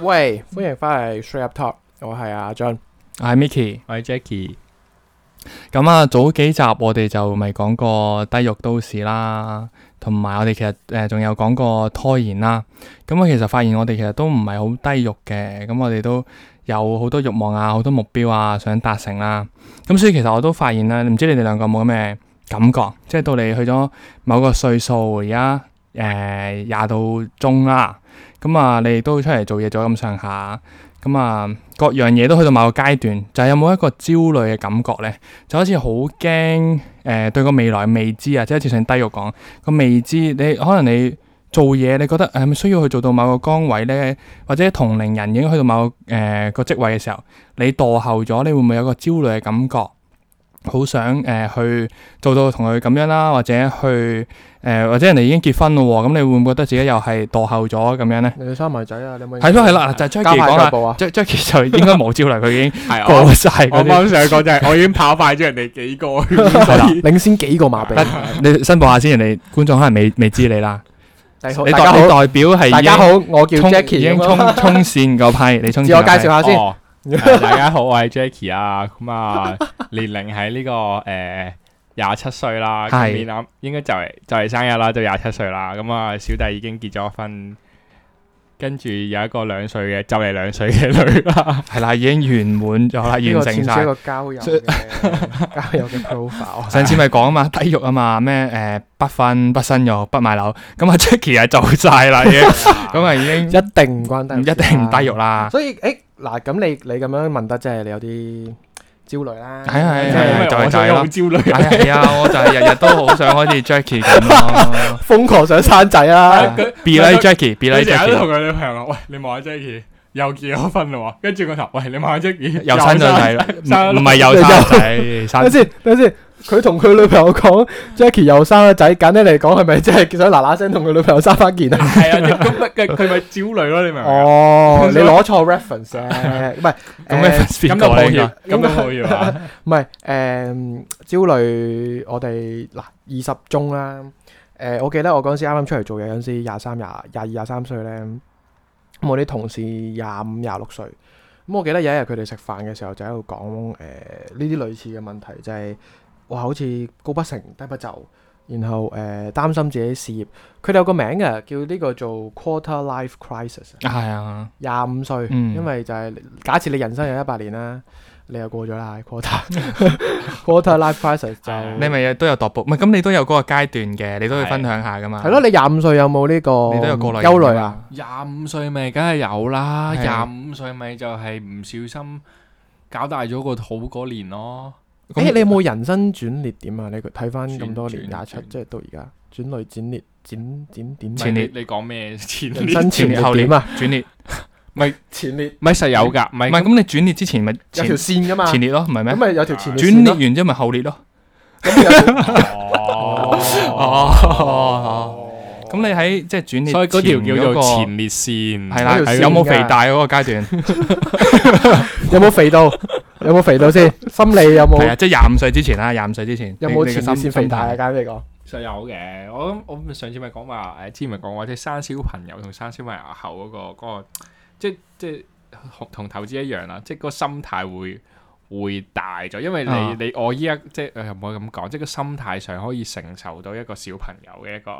喂，歡迎翻嚟 Straight Up Talk，我係阿俊。我係 Micky，我係 Jackie，咁啊早幾集我哋就咪講過低欲都市啦，同埋我哋其實誒仲、有講過拖延啦。咁啊我其實發現我哋其實都唔係好低欲嘅，咁我哋都有好多欲望啊，好多目標啊想達成啦。咁所以其實我都發現啦，唔知你哋兩個有冇咩感覺？即係到你去咗某個歲數，而家誒廿到中啦，咁啊你哋都出嚟做嘢咗咁上下。咁啊，各樣嘢都去到某個階段，就係有冇一個焦慮嘅感覺呢？就好似好驚誒對個未來未知啊，即係好似上低肉講個未知，你可能你做嘢，你覺得誒係咪需要去做到某個崗位呢？或者同齡人已經去到某個誒、呃、個職位嘅時候，你墮後咗，你會唔會有個焦慮嘅感覺？好想誒、呃去做到同佢咁樣啦，或者去誒、呃或者人哋已經結婚咯喎，咁你會唔會覺得自己又係墮後咗咁樣呢？你哋生埋仔啊？你有冇？係咯係啦，就係 Jackie 講啦。步啊！ Jack Jackie 就應該冇招嚟，佢 已經係啊我過晒嗰我啲。啱想講就係我已經跑快咗人哋幾 個，係啦所以領先幾個馬鼻。你申報下先，人哋觀眾可能未未知你啦。大你代家你好，代表係大家好，我叫已經衝已 Jackie 經咁 衝樣。衝線嗰批，你衝自我介紹下先，哦誒 大家好，我係 Jackie 啊，咁啊 年齡喺呢個誒廿七歲啦，係今年啱應該就係就係生日啦，都廿七歲啦，咁啊小弟已經結咗婚，跟住有一個兩歲嘅就嚟兩歲嘅女啦，係啦，已經圓滿咗啦，呢個完成似唔似一晒。個交友嘅 交友嘅 profile。上次咪講啊嘛，低欲啊嘛，咩誒不婚不生育不買樓，咁啊 Jackie 係做晒啦，已經咁啊已經一定唔關低唔，一定唔低欲。啦。 所以誒嗱，咁你你咁樣問得，即係你有啲焦慮啦。係係即 因為係就係我就係所以啦好焦慮啊。係係啊，我就係日日都好想好似 Jackie 咁 咯。瘋狂想生仔啦。佢 Be like Jackie，Be 佢 like 成日都 Jackie，同佢女朋友講：喂，你望下 Jackie 又結咗婚啦喎，跟住個頭，喂，你望下 Jackie 又生咗仔啦，生唔唔係又生仔，等 生先，等先，佢同佢女朋友講 Jackie 又生咗仔，簡單嚟講係咪即係想嗱嗱聲同佢女朋友生翻件啊？係啊，咁佢佢咪焦慮咯？你明唔明啊？哦，你攞錯 reference 啊 啫，唔係咁誒咩 fans 咁就過抱嚟歉噶？，咁就抱歉啊！唔係誒焦慮，我哋嗱二十中啦。誒，我記得我嗰陣時啱啱出嚟做嘢嗰陣時，廿三、廿廿二、廿三歲咧，咁我啲同事廿五、廿六歲。咁我記得有一日佢哋食飯嘅時候就喺度講誒呢啲類似嘅問題，就係、哇好似高不成低不就，然後誒、呃、擔心自己事業。佢哋有個名嘅，叫呢個做 quarter life crisis。係啊，廿五歲，嗯因為就係、假設你人生有一百年啦，你又過咗啦 quarter quarter life crisis 就啊你咪都有踱步，唔係咁你都有嗰個階段嘅，你都要係分享下噶嘛。係咯。，你廿五歲有冇呢、個你都有過來人哦憂㗎慮啊？嘛？ 廿五歲咪梗係有啦，係啊廿五歲咪就係唔小心搞大咗個肚嗰年咯。誒、咁你有冇人生轉捩點啊？你睇翻咁多年轉轉廿七，轉即係到而家轉類轉捩轉轉點前列唔係你你講咩前人列？生前前列列後點啊？轉列，唔前列咪實有㗎，咪係咁你轉列之前咪有前條線噶嘛？前列咯，唔係咁咩？咪有條前列轉線列咯。完之後咪後列咯。 哦，哦，咁你喺即係轉列，所以嗰條叫做前前列腺，個係啦嗰條，線有冇㗎肥大嗰個階段？有冇肥到？有冇肥到先？心理有係啊，冇即係廿五歲之前啦，廿五歲之前有你冇你嘅前列心腺肥大啊？心態簡單嚟講，實有嘅，我諗我咪上次咪講話誒，之前咪講話即係生小朋友同生小朋友後嗰、個嗰、個，即即同同投資一樣啦，即係個心態會會大咗，因為你、啊你我依家即係誒唔可以咁講，即係個心態上可以承受到一個小朋友嘅一個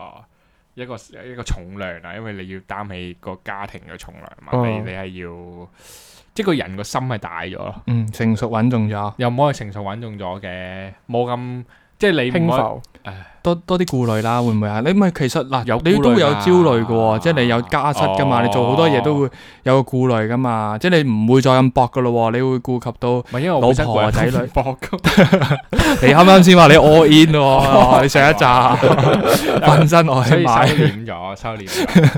一個一個重量啊，因為你要擔起個家庭嘅重量嘛，哦你你係要即係個人個心係大咗咯，嗯，成熟穩重咗，又唔可以成熟穩重咗嘅，冇咁即係你輕唔可以。浮多多啲顧慮啦，會唔會啊？你咪其實嗱，有你都會有顧慮㗎焦慮嘅喎，即係你有家室噶嘛，哦你做好多嘢都會有個顧慮噶嘛，即係你唔會再咁搏嘅咯喎，你會顧及到 唔係因為我老本身婆啊個人仔女搏㗎 你啱啱先話你 all in 哦 喎，你上一集瞓身外所以收賣，斂咗，收斂咗。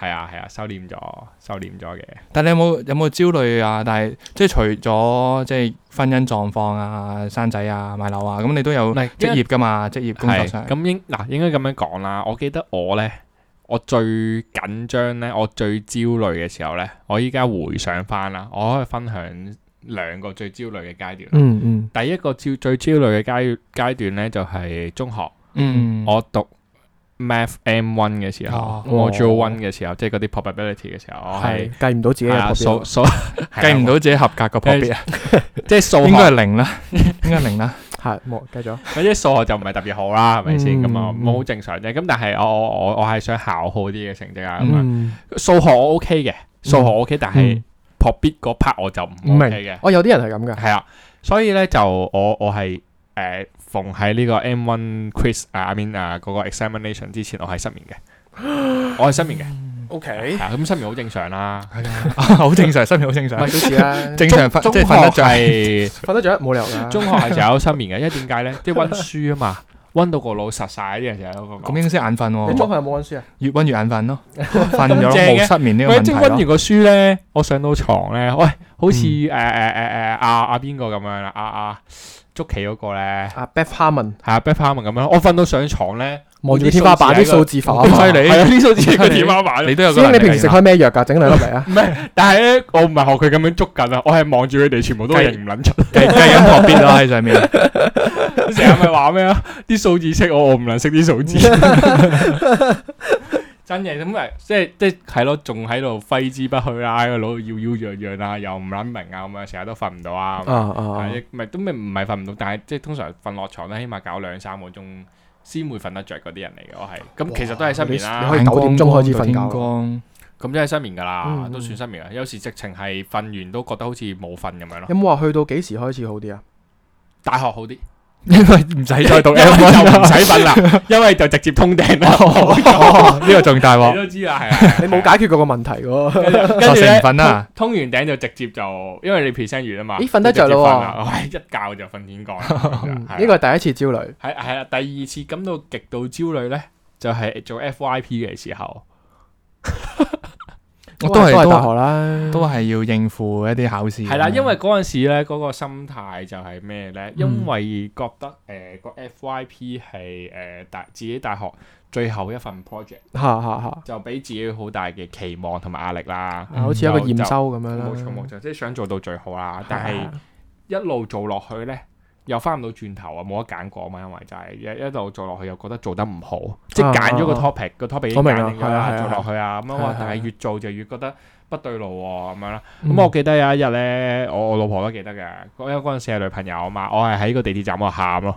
係啊係啊，收斂咗，收斂咗嘅。但你有冇有冇焦慮啊？但係即係除咗即係婚姻狀況啊、生仔啊、買樓啊，咁你都有唔係職業噶嘛？職業工作係上咁應嗱應該咁樣講啦。我記得我咧，我最緊張咧，我最焦慮嘅時候咧，我依家回想翻啦，我可以分享兩個最焦慮嘅階段。嗯嗯，第一個焦最焦慮嘅階階段咧，就係中學，嗯，我讀唔 Math M one 嘅時候哦，Module one 嘅時候，即係嗰啲 probability 嘅時候，我係係計唔到自己係嘅啊 pop 數 bill 數 計唔，係啊到自己合格個 p o b 啊，即係數應該學，係 零啦，應該係零啦。 係冇繼續。即係數學就唔係特別好啦，係咪嗯先咁啊？嗯咁好正常啫。咁但係我我我我係想考好啲嘅成績啊。咁樣嗯，數學我 OK 嘅，數學我 OK，但係 probit 嗰 part 我就嗯唔明 OK 嘅。我有啲人係咁嘅，係啦，所以咧就我我係誒、呃逢喺呢個 M one quiz 啊，I mean 啊嗰個 examination 之前，我係失眠 嘅，我係失眠嘅， OK，係啊咁失眠好正常啦，好正常，失眠好正唔常係，小事 啦，正常瞓中即中係瞓得學着。係瞓得着冇理由㗎。中學係成日有失眠嘅，因為點解咧？即係温書啊嘛，温到個腦實晒啲人成日都咁應該先眼瞓你中喎，學有冇温書啊？越温越眼瞓咯，瞓咗咯正嘅冇失眠呢個喂，即係温問完題咯。個書咧，我上到床咧，喂，好似嗯誒誒誒誒阿阿邊個咁樣啦，阿阿捉棋嗰個咧，啊，Beth Harmon 係啊 b e t h a m 咁樣，我瞓到上床咧。望住個天花板啲數字浮啊嘛咁犀利係啊，呢數字係個天花板。你都有師個兄，你能力平時食㗎開咩藥㗎？整兩粒嚟啊！唔係，但係咧，我唔係學佢咁樣捉緊啊，我係望住佢哋全部都計認唔撚出。計計緊學邊啦喺上面。成日咪話咩啊？啲數字識我，我唔能識啲 數字。真嘅，咁咪即係即係係咯，仲喺度揮之不去啊啦，個腦搖搖揚揚啊，又唔撚明啊，咁樣成日都瞓唔到啊。咁啊樣啊係咪都咪唔係瞓唔到，但係即係通常瞓落床咧，起碼搞兩三個鐘先會瞓得着嗰啲人嚟嘅，我係咁其實都係失眠啦。你可以九點鐘開始瞓覺眼光咁真係失眠㗎啦，嗯都算失眠啊！有時直情係瞓完都覺得好似冇瞓咁樣咯。有冇話去到幾時開始好啲啊？大學好 啲，因為唔使再讀因為 M 就 one 唔使瞓啦，因為就直接通頂啦。哦呢個仲大你鑊，都知啦，係啊，你冇解決過個問題喎。跟索住性唔咧，瞓啦。通完頂就直接就，因為你 present 完啊嘛。咦瞓得着咯喎 喎，一覺就瞓天 光啦。咁嗯樣呢個係第一次焦慮。啊係係啊啦，第二次感到極度焦慮咧，就係做 FYP 嘅時候。我都係都係都大係學啦。都係要應付一啲考嗯試。係啦，因為嗰陣時咧，嗰、個心態就係咩咧？嗯因為覺得誒個、FYP 係誒、大自己大學最後一份 project，嚇嚇嚇，就俾自己好大嘅期望同埋壓力啦。好似一個驗收咁樣啦。冇錯冇錯，即係想做到最好啦。但係係啊一路做落去咧，又翻唔到轉頭啊，冇得揀過嘛，因為就係一一路做落去又覺得做得唔好，即係揀咗個啊 topic，個 topic 已我經明揀啊定㗎係啊係啊啦，做落去啊咁樣係哇啊！但係啊係越做就越覺得不對路喎咁樣啦。嗯咁我記得有一日咧，我我老婆都記得嘅，因為嗰陣時係女朋友啊嘛，我係喺個地鐵站嗰度喊咯，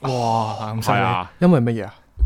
哇咁犀係利，啊，因為乜嘢啊？壓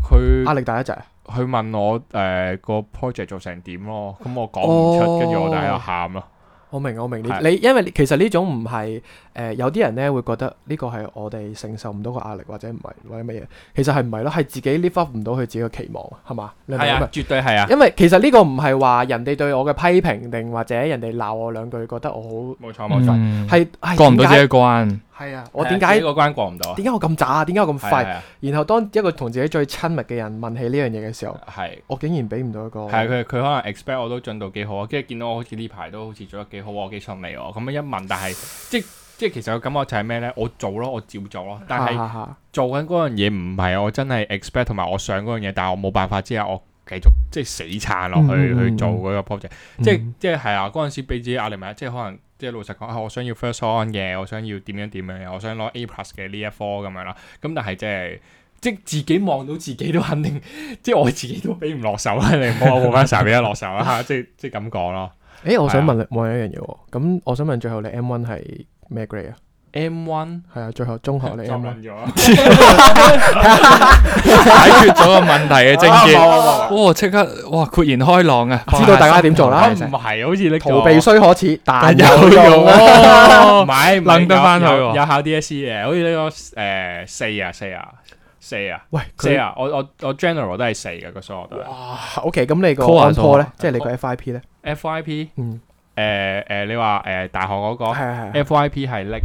佢力大一滯。佢問我誒個 project 做成點咯，咁我講唔出，跟住我就喺度喊咯，我明我明你係你，因為其實呢種唔係誒有啲人咧會覺得呢個係我哋承受唔到個壓力或者唔係或者乜嘢，其實係唔係咯？係自己 live up 唔到佢自己嘅期望係嘛？你明唔係明啊啊，？絕對係啊，因為其實呢個唔係話人哋對我嘅批評，定或者人哋鬧我兩句覺得我冇好錯冇錯，嗯係係過唔到自己點解嘅關，係啊，我係啊點自己解個關過唔到啊？點解我咁渣啊？點解我咁係廢？啊然後當一個同自己最親密嘅人問起呢樣嘢嘅時候，係我竟然俾唔到一個係啊佢佢可能 expect 我都進度幾好啊，跟住見到我好似呢排都好似做得幾好喎，我幾順利喎，咁樣一問，但係即即其實個感覺就係咩咧？我做咯，我照做咯，但係。哈哈哈做緊嗰樣嘢唔係我真係 expect 同埋我想嗰樣嘢，但係我冇辦法之下，我繼續即係死撐落去、嗯嗯嗯去做嗰個 project，、即係嗯即係係啊！嗰陣時俾自己壓力咪，即係可能即係老實講啊，我想要 first on 嘅，我想要點樣點樣嘅，我想攞 A plus 嘅呢一科咁樣啦。咁但係即係。即係自己望到自己都肯定， 即係我自己都俾唔落手啦。你唔好話我冇翻俾得落手啦， 即係即係咁講咯。誒，我想係問啊你問一樣嘢喎。咁我想問最後你 M one 係咩 grade 啊？ M one 係啊，最後中學你 M one 問咗，啊解決咗個問題嘅症啊結。冇冇冇哇！即刻哇豁然開朗啊！知道大家點做啦啊唔係好似你逃避雖可恥，但有有用用啊！啊 唔！係，唔係楞得返去喎有有考 DSE 嘅，好似呢個誒四啊四啊四啊喂，四佢啊，我我我 general 都係四嘅個數學都係。哇，OK，咁你個 Core 啊 on call 咧數，即係你個 FIP 咧， FYP 嗯，誒誒，呃你話誒大學嗰個係係係 FYP 係拎誒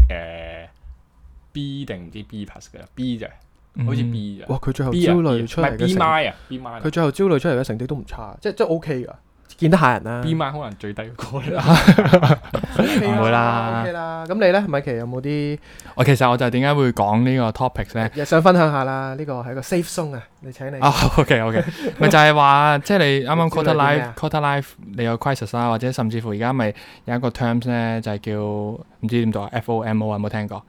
B 定唔知 B plus 嘅 B 啫，好似 B 啫哇，佢最後 B 啊焦，B 啊慮出嚟唔係 B 嘅成， my 啊，B my 佢最後焦慮出嚟嘅成績都唔差，即即 OK 噶，見得下人啦 B my 可能最低嗰個啦。 ，OK 唔會啦，OK 啦。咁你咧，米奇有冇啲嗯我其實我就點解會講呢個 topics 咧？又想分享下啦？呢個係一個 safe zone 啊，你請你啊，OK OK，咪就係話，即係你啱啱 quarter 你知道啲咩啊 life quarter life 你有 crisis 啊啦，或者甚至乎而家咪有一個 terms 咧，就係叫唔知點讀啊，FOMO 有冇聽過？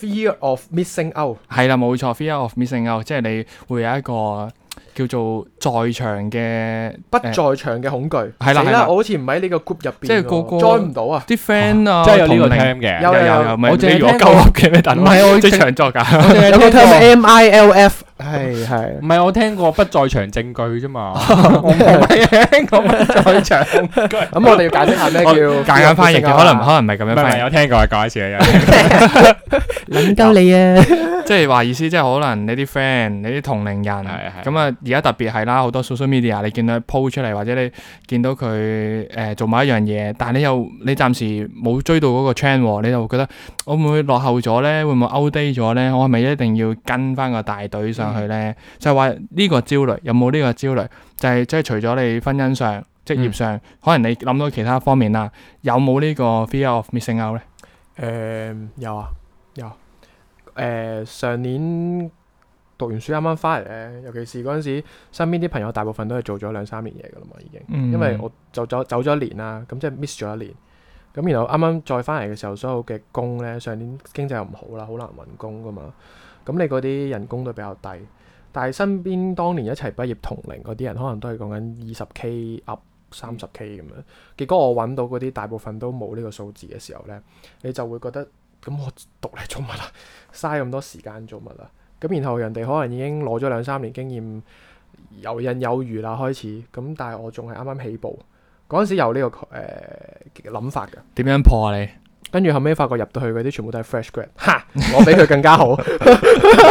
fear of missing out，係啦，冇錯，fear of missing out，即係你會有一個叫做在場嘅不在場嘅恐懼。係啦死係啦我好似唔喺呢個 group 入邊喎，即係個個 join 唔到啊！啲 friend 啊， 哦真係有呢個同齡 term 嘅，有有有有咪我淨係你如果聽鳩過噏嘅咩？但唔係 我即係淨長作㗎。我淨係 有個聽 term 過 M I L F，係係唔係我聽過不在場證據啫 嘛，我唔係聽過不 在場恐懼。咁我哋要解釋下咩我叫夾硬翻譯嘅，可能可能唔係咁唔樣係唔係翻譯，有聽過啊，講一次啊，諗鳩你啊！即係話意思即係可能你啲 friend、你啲同齡人，係係咁啊而家特別係啦，好多 social media 你見到佢 po 出嚟，或者你見到佢誒做某一樣嘢，但係你又你暫時冇追到嗰個 trend 喎，你就會覺得我會唔會落後咗咧？會唔會 outdate 咗咧？我係咪一定要跟翻個大隊上去咧？就係話呢個焦慮有冇呢個焦慮？就係即係除咗你婚姻上、職業上，可能你諗到其他方面啦，有冇呢個 fear of missing out 咧？誒有啊有啊誒上年讀完書啱啱翻嚟咧，尤其是嗰陣時身邊啲朋友大部分都係做咗兩三年嘢㗎啦嘛，已經。嗯因為我就走走咗一年啦，咁即係 miss 咗一年。咁然後啱啱再翻嚟嘅時候，所有嘅工呢，上年經濟又唔好啦，好難揾工噶嘛。咁你嗰啲人工都比較低，但係身邊當年一齊畢業同齡嗰啲人，可能都係講緊二十 K up 三十 K 咁樣。結果我揾到嗰啲大部分都冇呢個數字嘅時候呢，你就會覺得咁我讀嚟做乜啊？嘥咁多時間做乜啊？咁然後人哋可能已經攞咗兩三年經驗，游刃有餘啦，開始咁，但係我仲係啱啱起步嗰陣時有呢、個誒諗、法嘅，點樣破啊你？跟住後尾發覺入到去嗰啲全部都係 fresh grad，嚇 我比佢更加好，嗰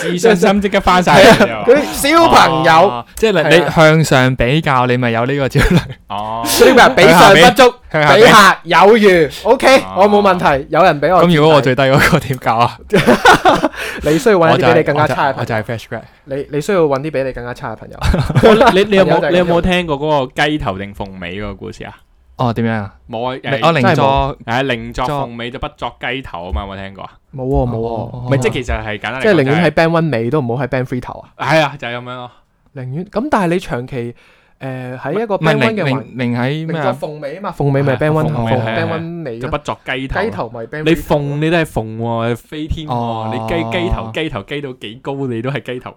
自信心即刻翻 晒嚟啊啲小朋友，哦即係你係啊你向上比較，你咪有呢個焦慮。哦，所以話比上不足， 向下比比下有餘，OK，啊我冇問題，有人比我咁如果我最最低嗰個點搞啊？ 你需要揾我一就啲係比你更加差嘅我朋就友，係 fresh grad。你你需要揾啲比你更加差嘅朋 友，你你有有就冇係你有冇咁聽過嗰個雞頭定鳳尾嗰個故事啊？哦，點樣啊？冇啊你誒，我寧真係座誒寧作作鳳尾就不作雞頭啊嘛，有冇聽過啊？冇喎冇哦喎，咪即係其實係簡單嚟講即就係係，寧願喺 band one 尾都唔好喺 band three 頭啊，係啊，就係咁樣咯。寧願咁，但係你長期誒喺一個唔係 band one 寧嘅環寧寧喺咩寧作啊？鳳尾啊嘛，鳳尾咪係 band one 鳳尾係 band 係 one 尾就咯不，作雞頭。雞頭咪 band 你 three 鳳你都係鳳喎，你飛天哦喎，你雞雞頭雞頭雞到幾高你都係雞 頭。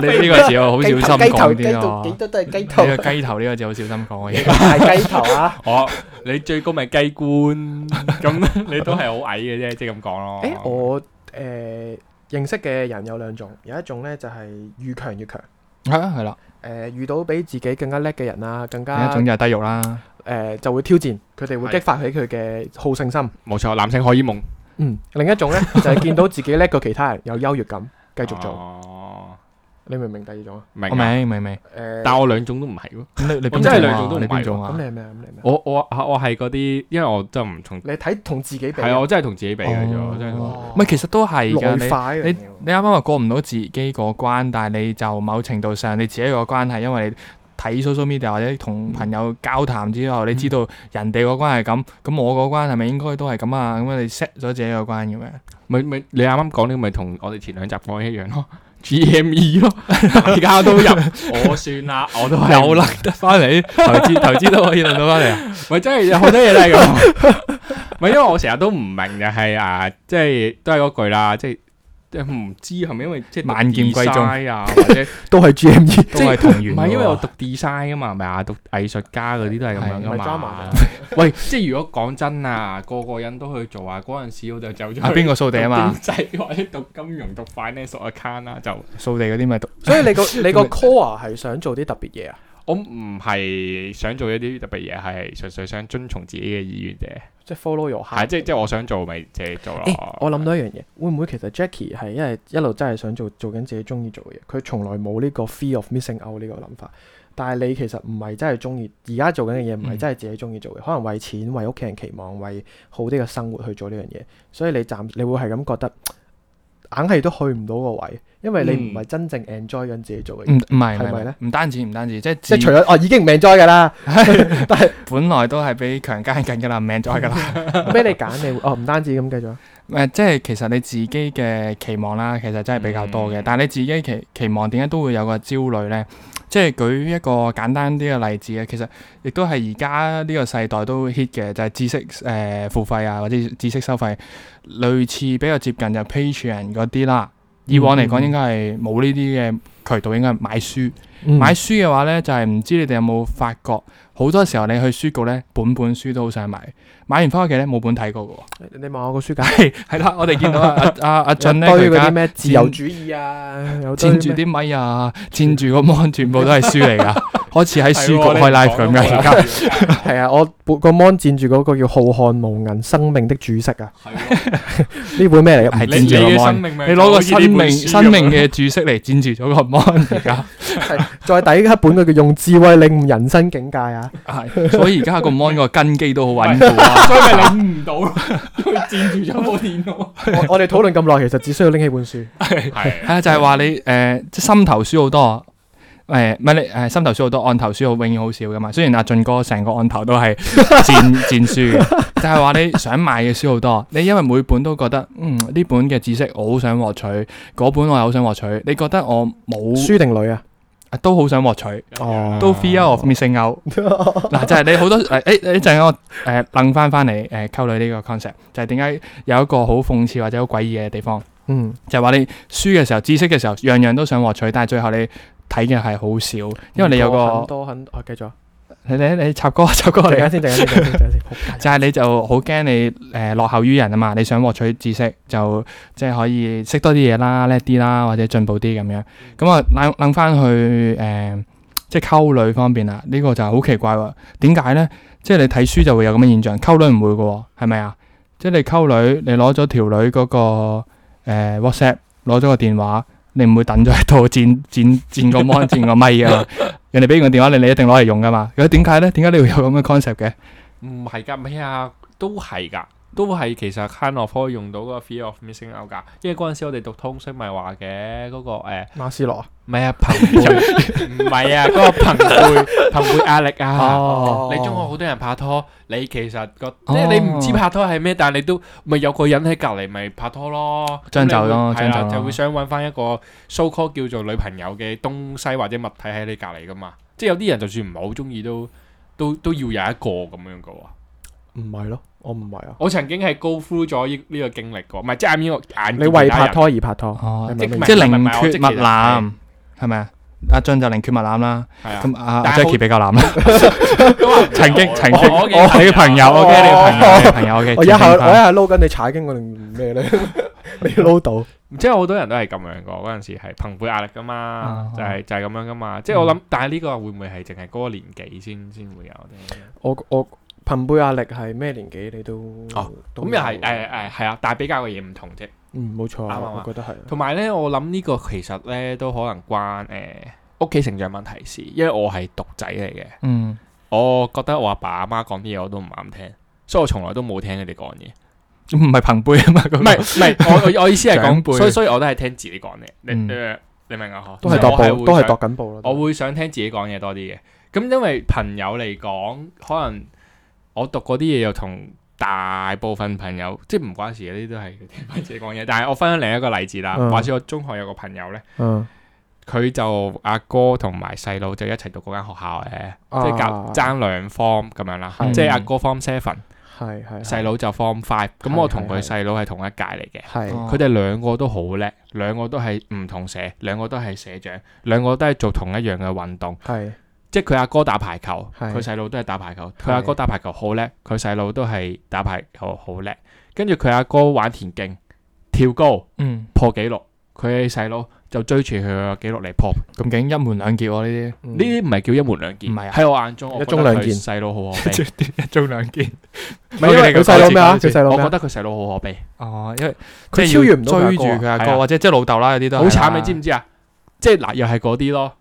你呢個字我好小心講 啲咯。多都係雞呢個雞頭呢個字好小心講嘅。 大雞頭啊！我你最高咪雞冠， 咁你都係好矮嘅啫，即係咁講咯。誒，我誒認識嘅人有兩種，有一種咧就係越強越強，係啊，係啦。誒遇到比自己更加叻嘅人啊，更另一加種就係低肉啦。誒就會挑戰，佢哋會係激發起佢嘅好勝心。冇錯，男性荷爾蒙嗯，另一種 咧就係見到自己叻過其他人，有優越感，繼 Ờ. 續做。做，你明唔明第二種啊？明我啊。明明明。誒，但我兩種都唔係喎。咁你你邊我真係種兩種啊都？唔你邊係種咁啊你？係咩啊？咁你係咩啊？我我我係嗰啲，因為我真係唔從你睇同自己比係啊，我真係同自己比嘅啫，哦我真係同哦唔係，其實都係㗎。你內化一樣你嘢你啱啱話過唔到自己個關，但係你就某程度上你自己個關係，因為你睇 social media 或者同朋友交談之後，你知道人哋個關係咁，咁我個關係咪應該都係咁啊？咁樣你 set 咗自己個關咁樣。咪咪你啱啱講呢個咪同我哋前兩集講一樣 咯。GME 咯，而家都入，我算啦，我都係有啦，得翻嚟投資投資都可以輪到翻嚟啊！咪真係有好多嘢都係咁。咪因為我成日都唔明就係、啊，即係都係嗰句啦，即係即係唔知係咪因為即係讀萬劍歸宗 design 啊，或者唔都係 GME。都係同源嘅喎。係因為我讀 design 啊嘛，係咪啊？讀藝術家嗰啲都係咁樣係咪噶嘛 drama。喂，即係如果講真啊，個個人都去做啊，嗰陣時我就走咗啊去邊個掃地啊嘛讀？經 濟或者讀金融、讀 finance、讀 account 啦，就掃地嗰啲咪讀所以你個你個 core 啊係想做啲特別嘢啊？我唔係想做一啲特別嘢，係純粹想遵從自己嘅意願啫。即係 follow your heart。啊係即係即係我想做咪自己做咯。誒，我諗到一樣嘢，會唔會其實 Jackie 係因為一路真係想做做緊自己中意做嘅嘢，佢從來冇呢個 fear of missing out 呢個諗法。但係你其實唔係真係中意，而家做緊嘅嘢唔係真係自己中意做嘅，可能為錢、為屋企人期望、為好啲嘅生活去做呢樣嘢，所以你暫你會係咁覺得，硬係都去唔到個位，因為你唔係真正 enjoy 緊自己做嘅唔嘢，唔係唔係咪係呢唔單止唔單止，即係即係除自咗哦已經唔 enjoy 㗎啦，本來都係俾強姦緊㗎啦，唔 enjoy 㗎啦。俾你揀你會哦唔單止咁繼續啊，誒、呃即係其實你自己嘅期望啦，其實真係比較多嘅。嗯但係你自己期期望點解都會有個焦慮呢？即係舉一個簡單啲嘅例子啊，其實亦都係而家呢個世代都 hit 嘅，就係、知識誒、呃付費啊，或者知識收費，類似比較接近就 Patreon 嗰啲啦。以往嚟講嗯應該係冇呢啲嘅渠道應該係買書。嗯買書嘅話呢，就係、唔知你哋有冇發覺，好多時候你去書局呢，本本書都好想買，買完翻屋企呢，冇本睇過嘅喎。你你望我個書架，係啦，我哋見 到啊阿阿阿俊呢，佢堆而嗰啲家咩自由主義啊，有堆佔住咩啲咪啊，佔住個 mon，全部都係書嚟 㗎，開始喺書局開 live 咁樣。而家家係啊，我本個 mon 佔住嗰個叫《浩瀚無垠生命的注釋》啊，呢本咩嚟嘅？係 你佔住個嘅 mon 生命咪你攞個好似呢 生本命書咁生命嘅注釋嚟佔住咗個 mon 而家。再第一本佢叫用智慧領悟人生境界啊，係，所以而家個 mon 個根基都好穩固啊。 所以咪 領唔到咯，佢佔住咗部電腦。我我哋討論咁耐，其實只需要拎起本書，係係啊，就係話你誒、呃即係心頭書好多，誒唔係你誒、心頭書好多，案頭書好永遠好少噶嘛。雖然阿俊哥成個案頭都係戰戰書嘅，就係話你想買嘅書好多，你因為每本都覺得嗯呢本嘅知識我好想獲取，嗰本我又好想獲取，你覺得我冇書定女 啊？啊都好想獲取，哦都 fear of missing out。嗱，就係你好多誒誒一陣間我誒楞翻翻嚟誒溝女呢個 concept，就係點解有一個好諷刺或者好詭異嘅地方。嗯，就係話你輸嘅時候、知識嘅時候，樣樣都想獲取，但係最後你睇嘅係好少，因為你有很個多很多，啊繼續啊，你你你插歌 插歌陣嚟間啊！先，陣間先，陣間先陣間先， 仆街就係你就好驚你誒、呃落後於人啊嘛！你想獲取知識，就即係可以識多啲嘢啦、叻啲啦，或者進步啲咁樣。咁啊，諗諗翻去誒、呃即係溝女方面啦，呢、個就好奇怪喎。點解呢？即係你睇書就會有咁嘅現象，溝女唔會嘅喎，係咪啊？即係你溝女，你攞咗條女嗰、個、呃、WhatsApp，攞咗個電話，你唔會等咗喺度佔 佔佔個 mon 佔個咪㗎嘛？人哋俾完個電話你，你一定攞嚟用㗎嘛？咁點解呢？點解你會有咁嘅 concept 嘅？唔係㗎咩啊？都係㗎，都係其實 kind of 可以用到嗰個 fear of missing out 㗎，因為嗰陣時我哋讀通識咪話嘅嗰個誒，馬斯洛啊，唔 係啊朋輩，唔係啊嗰個朋輩朋輩壓力啊。哦你中學好多人拍拖，你其實個即哦係你唔知拍拖係咩，但係你都咪有個人喺隔離咪拍拖咯，將就咯咁你會將係啦，就咯就會想揾翻一個 so call 叫做女朋友嘅東西或者物體喺你隔離噶嘛，即係有啲人就算唔係好中意都都都要有一個咁樣噶喎。唔係咯，我唔係啊，我曾經係 go through 咗呢呢個經歷過，唔係即係 I mean 我眼見你為其他拍人拖而拍拖，哦你明唔明係即係唔係寧唔係我缺即勿係其實濫，係咪啊？阿俊就寧缺勿濫啦，係啊，咁阿但係好 Jackie 比較濫啦。都話唔係曾經我曾我經，我嘅我係朋友，OK，你嘅朋友，哦你嘅朋友，OK。我一下結婚我一快樂下撈緊你踩經我定咩 咧？你撈到即係好多人都係咁樣個嗰陣時係朋輩壓力噶嘛啊，就係就係咁樣噶嘛。即係我諗，但係呢個會唔會係淨係嗰個年紀先先會有啫？我我朋輩壓力係咩年紀你都哦，都咁又有係誒誒係啊，但係比較嘅嘢唔同啫。嗯冇錯啱啱啊，我覺得係同埋咧，我諗呢個其實咧都可能關誒屋企成長問題事，因為我係獨仔嚟嘅，嗯，我覺得我阿爸阿媽講啲嘢我都唔啱聽，所以我從來都冇聽佢哋講嘢。唔係朋輩啊嘛，嗰個唔 係唔係，我我我意思係長講，輩所以所以我都係聽自己講嘢。你嗯誒你明啊？嗬都係即係踱我係步，會都係想踱緊步啦。我會想聽自己講嘢多啲嘅。咁因為朋友嚟講，可能我讀嗰啲嘢又同大部分朋友即係唔關事嘅，呢啲都係聽翻自己講嘢。但係我分享另一個例子啦。嗯話說我中學有個朋友咧，嗯佢就阿哥同埋細佬就一齊讀嗰間學校嘅，啊即係隔爭兩 form 咁樣啦。係即係阿哥 form seven，係係細佬就 form five。咁係我同佢係係細佬係同一屆嚟嘅。係哦佢哋兩個都好叻，兩個都係唔同社，兩個都係社長，兩個都係做同一樣嘅運動。係即係佢阿哥打排球，係佢細佬都係打排球。係佢阿哥打排球好叻，佢細佬都係打排球好叻。跟住佢阿哥玩田徑、跳高嗯，破紀錄，佢細佬就追住佢個紀錄嚟破。咁竟一門兩傑喎 呢呢呢啲唔係叫一門兩件，嗯唔係啊喺我眼中，我一覺中得兩佢件細佬好可 悲。啲，一中兩傑。唔係因為佢細佬咩啊？佢細佬我咩覺啊？得佢細佬好可悲，哦，因為佢即係超要越唔到佢阿哥啊追住佢阿係啊哥，或者即係老豆啦，有啲都係好啦慘，你知唔知啊？即係嗱，又係嗰啲咯，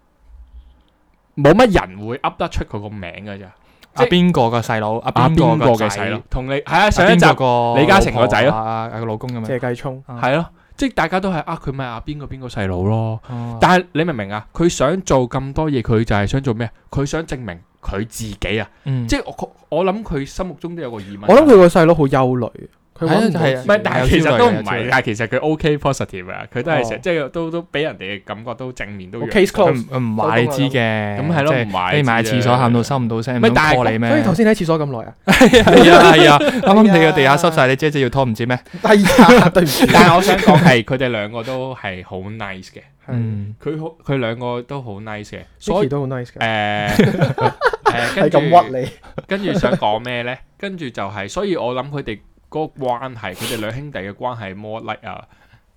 冇乜人會噏得出佢個名㗎咋。阿邊個個細佬，阿阿啊邊邊個個個仔嘅細佬，，同你係啊阿上一邊集個個李嘉誠個仔咯老婆啊啊個老公咁樣謝。繼聰 Ờ. 係咯，即係大家都係啊，佢咪阿邊個邊個細佬咯。哦但係你明唔明啊？佢想做咁多嘢，佢就係想做咩？佢想證明佢自己啊！嗯即係我我諗佢心目中都有個疑問。啊我諗佢個細佬好憂慮，佢係啊揾唔到係啊自唔己係，但係其實都唔有焦慮係嘅，但係其實佢 OK positive 啊，佢都係成哦即係都都俾人哋嘅感覺都正面都我陽 case 佢 close 唔。佢唔話你知嘅，咁係咯即係唔話你知匿埋喺廁所啫喊到收唔到聲，咪唔通但係拖你咩？所以頭先你喺廁所咁 耐啊？ 係啊係啊，啱啱哎你個地下濕晒，你姐姐要拖唔知咩？哎呀，對唔住，但係我想講係佢哋兩個都係好 nice 嘅，係嗯，佢好佢兩個都好 nice 嘅，所 Vicky 以都好 nice 嘅， 誒係誒跟咁住屈你，跟住想講咩呢？跟住就係，所以我諗佢哋嗰個關係，佢哋兩兄弟嘅關係 more like 啊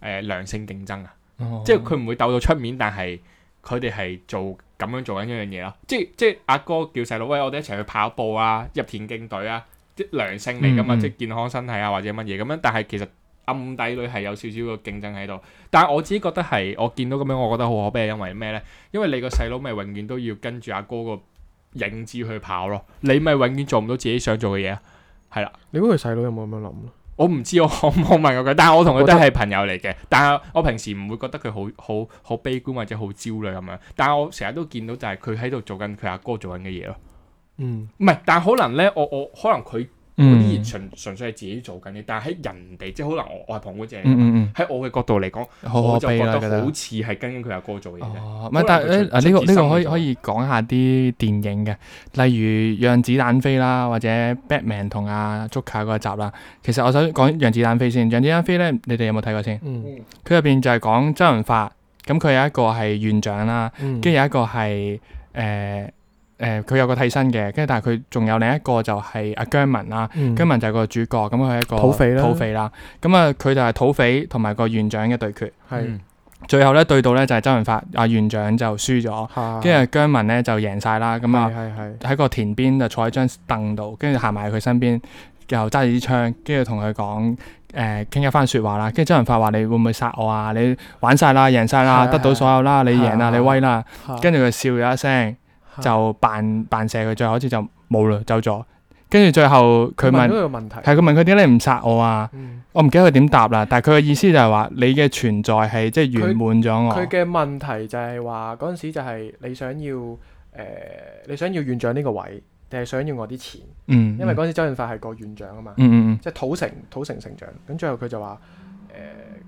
誒良性競爭啊。哦即係佢唔會鬥到出面，但係佢哋係做咁樣做緊一樣嘢咯。即係即係阿哥叫細佬喂，我哋一齊去跑步啊，入田徑隊啊，即係良性嚟噶嘛，嗯嗯即係健康身體啊或者乜嘢咁樣。但係其實暗底裏係有少少嘅競爭喺度。但係我自己覺得係我見到咁樣，我覺得好可悲，因為咩呢？因為你個細佬咪永遠都要跟住阿哥個影子去跑咯，你咪永遠做唔到自己想做嘅嘢啊。係啦。你估佢細佬有冇咁樣諗啊咧？我唔知我可唔可以問過佢，但係我同佢都係朋友嚟嘅。但係我平時唔會覺得佢好好好悲觀或者好焦慮咁樣。但係我成日都見到就係佢喺度做緊佢阿哥做緊嘅嘢咯。嗯，唔係，但係可能咧，我我可能佢嗰啲嗯嘢純純粹係自己做緊嘅，但係喺人哋即係可能我我係旁觀者嚟嗯嘅，嗯喺我嘅角度嚟講，嗯，好我可就悲覺得啦，好覺得。似係跟緊佢阿哥做嘢啫。哦，唔可係，能但係佢咧，出啊呢個出自呢個心可以嗰可以講下啲電影嘅，例如《讓子彈飛》啦，或者《Batman》同阿竹卡嗰一集啦。其實我想講《讓子彈飛》先，《讓子彈飛》咧，你哋有冇睇過先？嗯佢入邊就係講周潤發，咁佢有一個係院長啦，嗯，跟住有一個係誒誒，佢有個替身嘅，跟住但係佢仲有另一個就係阿姜文啦。嗯姜文就係個主角，咁佢係一個土匪啦土匪啦。咁啊，佢就係土匪同埋個院長嘅對決。係嗯最後咧對到咧就係周潤發阿院長就輸咗，嚇，跟住姜文咧就贏晒啦。咁啊係啊係係喺個田邊就坐喺張凳度，跟住行埋佢身邊，又揸住支槍，跟住同佢講誒傾一番説話啦。跟住周潤發話：你會唔會殺我啊？你玩晒啦，贏晒啦，係得到所有啦，你贏啦，係你威啦。嚇跟住佢笑咗一聲，嚇就扮扮射佢，最後好似就冇啦，走咗。跟住最後佢問問咗。個問題，係佢問佢點解你唔殺我啊？嗯我唔記得佢點答啦，但係佢嘅意思就係話你嘅存在係即係圓滿咗我。佢嘅問題就係話嗰陣時就係你想要誒你想要院長呢個位，定係想要我啲錢？嗯，因為嗰陣時周潤發係個院長啊嘛，嗯嗯即係土城土城城長。咁最後佢就話誒，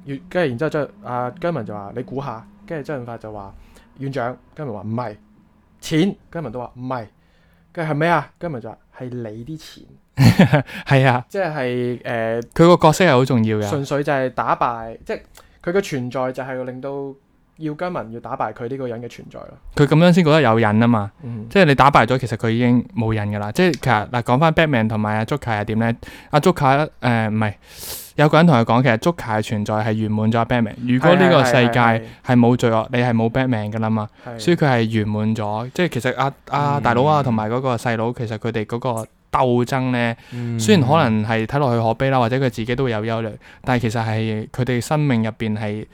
院跟住然之後周阿姜文就話你估下，跟住周潤發就話院長，姜文話唔係錢，姜文都話唔係，跟住係咩啊？姜文就話係你啲錢，嗯， 係啊，即係誒、呃、佢個角色係好重要嘅。純粹就係打敗，即係佢嘅存在就係令到要姜文要打敗佢呢個人嘅存在咯。佢咁樣先覺得有癮啊嘛，嗯即係你打敗咗，其實佢已經冇癮噶啦。即係其實嗱，講翻 Batman 同埋阿 Joker 係點咧？阿 Joker 呃誒唔係有個人同佢講，其實 Joker 嘅存在係圓滿咗 Batman。如果呢個世界係係係係冇罪惡，你係冇 Batman 噶啦嘛，係所以佢係圓滿咗。即係其實阿阿嗯大佬啊同埋嗰個細佬，其實佢哋嗰個鬥爭咧。嗯雖然可能係睇落去可悲啦，或者佢自己都會有憂慮，但係其實係佢哋生命入邊係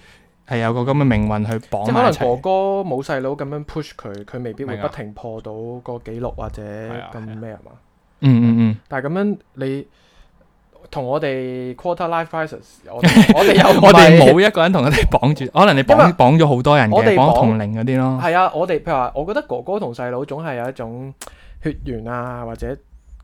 係有個咁嘅命運去即係綁埋一可能哥齊。哥冇細佬咁樣 push 佢，佢未必會明啊不停破到個記錄或者啊咁係啊咩啊嘛。嗯嗯但係咁樣你同我哋 quarter life crisis，我哋我哋又嗯，唔 我哋係冇一個人同佢哋綁住，可能你因為綁綁咗好多人我嘅，哋綁綁同齡嗰啲咯。係啊，我哋譬如話，我覺得哥哥同細佬總係有一種血緣啊，或者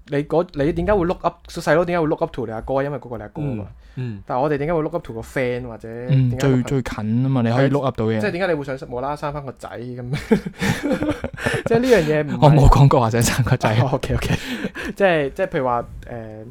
你嗰你點解會 look up 細佬點解會 look up to 你阿哥，因為嗰個你阿哥啊嘛。嗯但係我哋點解會 look up to 個 friend 或者點嗯，解最會最近啊嘛，你可以係 look up 到即係嘢。點解你會想無啦啦生翻個仔 咁？ 即係呢樣嘢唔我係 冇講過話想生個仔。 O K O K，即係即係譬如話誒、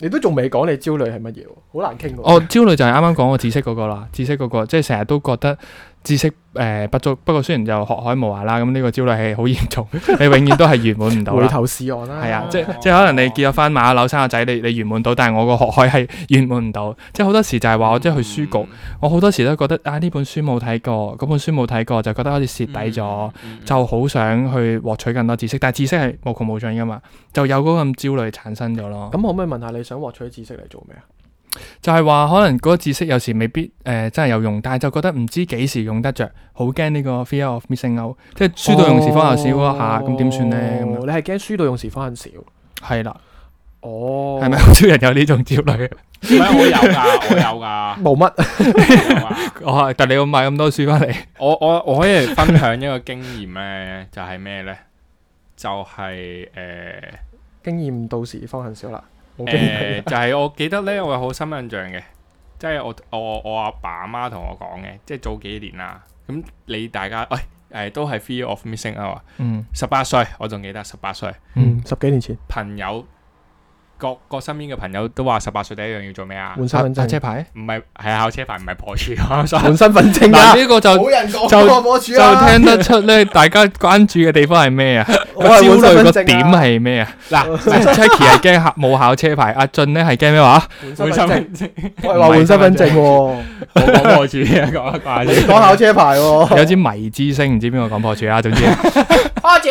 你都仲未講你焦慮係乜嘢喎，好難傾喎。我哦焦慮就係啱啱講個知識嗰個啦，知識嗰、個即係成日都覺得知識誒、呃不足，不過雖然就學海無涯啦，咁呢個焦慮係好嚴重，你永遠都係圓滿唔到回啦。頭是岸啦，係啊，即哦即可能你結咗婚買咗樓生個仔，你你圓滿到，但係我個學海係圓滿唔到。即係好多時就係話我即係去書嗯局，我好多時都覺得啊呢本書冇睇過，嗰本書冇睇過，就覺得好似蝕底咗，嗯，就好想去獲取更多知識，但係知識係無窮無盡噶嘛，就有嗰咁焦慮產生咗咯。咁可唔可以問下你想獲取知識嚟做咩啊？就係話可能嗰個知識有時未必誒、呃真係有用，但係就覺得唔知幾時用得着，好驚呢個 fear of missing out，即係書到用時方有少嗰一下，咁點算呢？咁哦樣你係驚書到用時方恨少？係啦，哦，係咪好少人有呢種焦慮？ 唔係我有㗎，我有㗎，冇乜？ 我有㗎。哦，但你要買咁多書翻嚟。我我我可以分享一個經驗咧， 就係咩咧？就係呃誒經驗到時方恨少啦，冇經驗誒，呃就係我記得咧，我有好深印象嘅，即係我我我阿爸阿媽同我講嘅，即係早幾年啦。咁你大家哎喂誒、都係 fear of 嗯 missing out 啊！嗯十八歲我仲記得十八歲，嗯，十幾年前朋友各個身邊嘅朋友都話十八歲第一樣要做咩啊？換身份揸車證，牌，唔係係啊考車牌，唔係破處啊！ 所以換身份證啊嗱！呢 個就冇人講就過我主啊！就聽得出咧，大家關注嘅地方係咩啊？ 我個焦係換身慮份個證啊點係咩啊？ 嗱，嗱 Jackie 係驚考冇考車牌，阿俊咧係驚咩話？換本身身份證，份證我係話換身份證 喎，我講破處嘅講一掛你先講考車牌喎。有支迷之星，唔知邊個講破處啦。總之，哦花姐，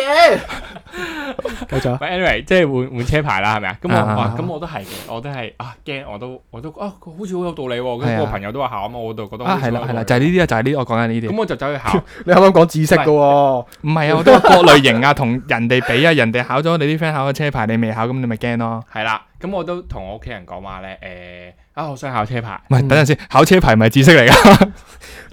繼續啊！喂，anyway，即係換換車牌啦，係咪啊？咁啊我哇，咁我都係嘅，我都係啊驚，我都我都啊，好似好有道理喎。係跟啊住個朋友都話考，咁我就覺得啊，好係似啦好有係啦，就道係理呢啲啊，就係呢我講緊呢啲。咁我就走去 考，你啱啱講知識嘅喎，唔係 啊，我都有各類型啊，同人哋比啊，人哋考咗你啲 friend 考嘅車牌，你未考，咁你咪驚咯。係啦。咁我都同我屋企人講話咧，誒啊，我想考車牌。唔係，等陣先，考車牌咪知識嚟噶，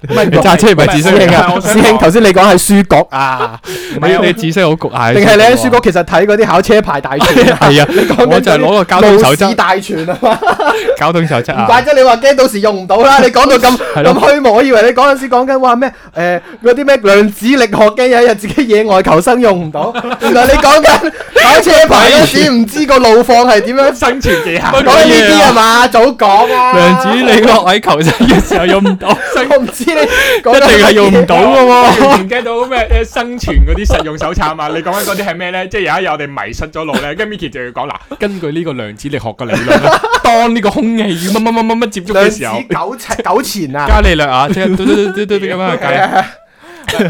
唔係你揸車咪知識師嚟兄噶。啊，我想師兄講頭先你講係書局啊，唔係你你知識好局限，定係你喺書局其實睇嗰啲考車牌大全啊？係啊，講緊我就係攞個交通手路試冊，大全啊 嘛，交通手冊唔啊怪，之你話驚到時用唔到啦。你講到咁 係咁咯，虛無，我以為你嗰陣時講緊話咩誒嗰啲咩量子力學嘅有一日自己野外求生用唔 到，原來你講緊考車牌嗰陣時唔知個路況係點 樣，生存技巧 講緊呢啲係嘛？早講啊！哎量子你個位求生嘅時候用 唔 到，我唔知你講一緊定係用唔到嘅喎。我完全 get 到咩誒生存嗰啲實用手冊啊！你講緊嗰啲係咩咧？即係有一日我哋迷失咗路咧，跟住 Miki 就要講嗱，根據呢個量子力學嘅理論 咧，當呢個空氣與乜乜乜乜乜接觸量嘅子時候，糾纏 糾纏啊！ 伽利略啊，即係嘟嘟嘟嘟嘟嘟咁樣係計， 啊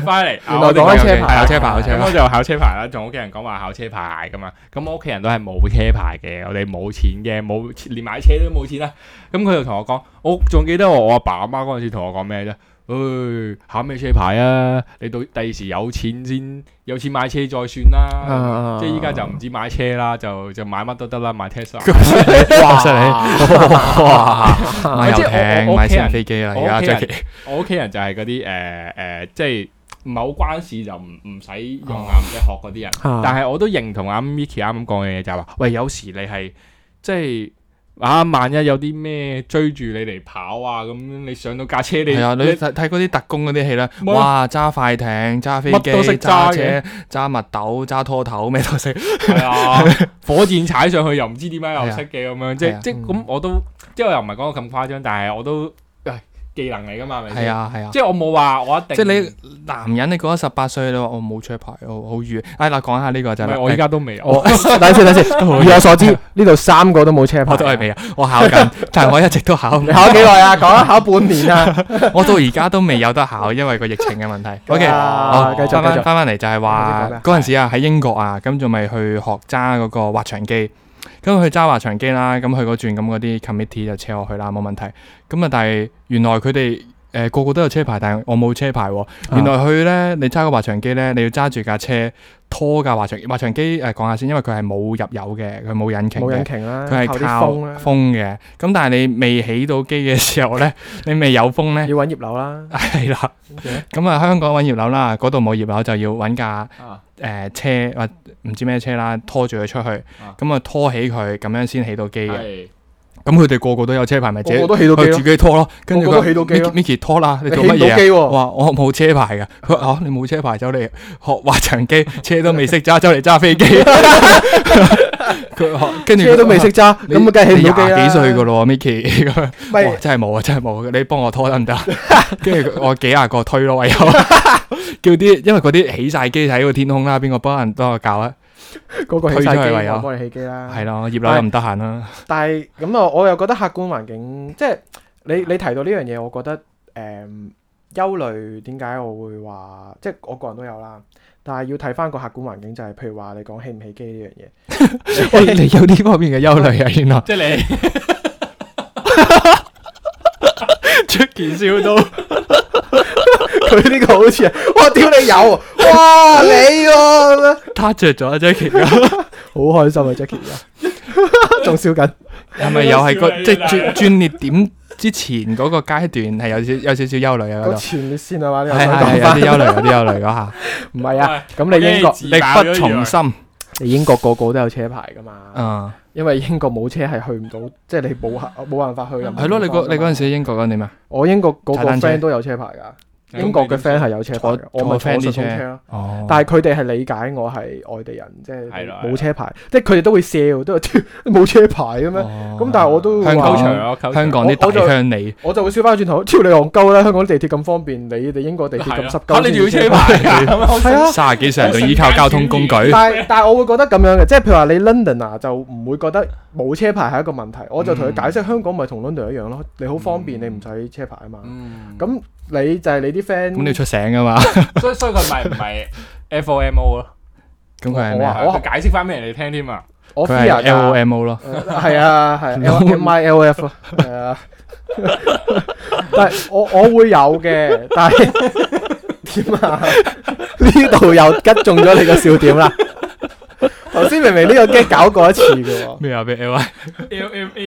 翻嚟啊原來我哋講緊講車緊牌考車牌，考車咁牌我。就考車牌啦，同屋企人講話考車牌噶嘛。咁我屋企人都係冇車牌嘅，我哋冇錢嘅，冇錢連買車都冇錢啦。咁佢就同我講，我仲記得我阿爸阿媽嗰陣時同我講咩啫？誒、考咩車牌啊？你到第時有錢先有錢買車再算啦。啊即係依家就唔止買車啦，就就買乜都得啦，買 Tesla。哇！犀 利，哇！啊買遊 即係我艇，我買私人私人飛機啦，我而屋企家人 Jackie。我屋企人就係嗰啲誒誒，即係唔係好關事就唔唔使用啊，唔使學嗰啲人。但係我都認同啱 Miki 啱咁講嘅嘢，就係話，喂，有時你係即係啊，萬一有啲咩追住你嚟跑啊，咁你上到架車你係啊，你你睇睇嗰啲特工嗰啲戲啦，咪哇！揸快艇、揸飛機乜都、識揸揸車嘅、揸麥豆、揸拖頭，咩都識。係啊， 火箭踩上去又唔知點解又識嘅咁樣，即係啊係即係嗯咁我都即係我又唔係講到咁誇張，但係我都唉技能嚟噶嘛，係咪係先？啊，係啊。即係我冇話我一定即係你男人，你覺得十八歲，你話我冇車牌，我好遠。哎嗱，講下呢個就唔係哎係我依家都未有，我 等先等先， 以我所知呢度三個都冇車牌，我都係未啊，我考緊，但係我一直都考唔你到，考幾耐 啊？講啊，考半年啊。我到而家都未有得考，因為個疫情嘅問題。OK，啊好繼續翻繼翻續翻翻嚟就係話頭先嗰陣時啊，喺英國啊，咁仲咪去學揸嗰個滑翔機。咁佢揸滑翔機啦，咁佢嗰轉咁嗰啲 committee 就車我去啦，冇問題。咁啊，但係原來佢哋誒個個都有車牌，但係我冇車牌啊喎。原來佢咧，你揸個滑翔機咧，你要揸住架車拖架滑翔滑翔機誒講下先，因為佢係冇入油嘅，佢冇引擎冇嘅引。擎啦，佢靠係啲靠風啊啦，風嘅，咁但係你未起到機嘅時候咧，你未有風咧，要揾葉柳啦。係啦，咁啊香港揾葉樓啦，嗰度冇葉樓就要揾架啊誒車或唔知咩車啦，拖住佢出去，啊咁啊拖起佢，咁樣先起到機嘅。係咁佢哋個個都有車牌，咪自個個己都起到機佢咯自，己拖咯，跟住個個佢都起到機咯 Miki- Miki 拖啦，你你起做唔到乜嘢啊？機喎。哇！我冇車牌㗎，佢話啊你冇車牌走嚟學滑翔機，車都未識揸，走嚟揸 飛機。佢學跟住佢車都未識揸，你咁啊，梗係起唔到你機啦。廿幾歲噶咯，Miki 咁樣。唔哇！係真係冇啊，真係冇啊，你幫我拖得唔 得？跟住我幾廿個推咯， 唯有叫啲，因為嗰啲起晒機喺個天空啦，邊個幫人幫我教啊？嗰個起晒推出去唯機，有我幫你起機啦。係咯，葉柳又唔得閒 啦，但係咁啊，我又覺得客觀環境，即係你你提到呢樣嘢，我覺得誒、嗯、憂慮點解我會話，即係我個人都有啦。但係要睇翻個客觀環境，就係、譬如話你講起唔起機呢樣喂嘢，你有呢方面嘅憂慮啊？原來即係你出件笑 到，佢呢個好似係，我屌你有，啊啊哇你喎、咁樣他着咗啊 Jackie， 好開心啊 Jackie 而 家仲笑緊，係咪又係笑個你即係真係轉轉捩點之前嗰個階段係有少有少少憂慮啊？嗰個度前列腺啊嘛，你又係想係係講有翻啲？憂慮，有啲憂慮嗰下，唔係啊，咁你英國自爆咗力不從心。你英國個個都有車牌噶嘛？嗯，因為英國冇車係去唔到，即係你冇冇辦法去任何係咯，你地方嗰㗎你嘛嗰陣時喺英國嗰陣點啊？我英國嗰踩個單車 friend 都有車牌㗎，嗯英國嘅 friend 係有車牌嘅坐，我咪坐坐 friend 順啲車風車咯。哦，但係佢哋係理解我係外地人，即係係啦冇車牌，即係 佢哋都會笑，都話屌冇車牌嘅咩？哦咁但係我都會香港話溝場咯，溝香港我啲大我就鄉里，我就會笑翻轉頭，超你戇鳩啦！香港地鐵咁方便，你哋英國地鐵咁濕鳩，你仲要車 牌㗎？咁 樣係啊三十幾歲人就依靠交通工 具，但係但係我會覺得咁樣嘅，即係譬如話你 London 啊，就唔會覺得冇車牌係一個問題。我就同佢解釋香港咪同 London 一樣咯，你好方便，你唔使車牌啊嘛。嗯，咁你就係你啲咁你要 friend，出醒噶嘛？所以所以佢咪唔 係 F O M O 咯，咁佢係咩啊？我佢解釋翻俾人哋聽添啊。我佢係 fear L 㗎 O M O 咯，誒係啊 係 No M I L F 咯，係啊。但係我我會有嘅，但 係點啊？呢度又吉中咗你個笑點啦。頭先明明呢個 g 搞過一次嘅喎。咩啊？咩 L I？ L M A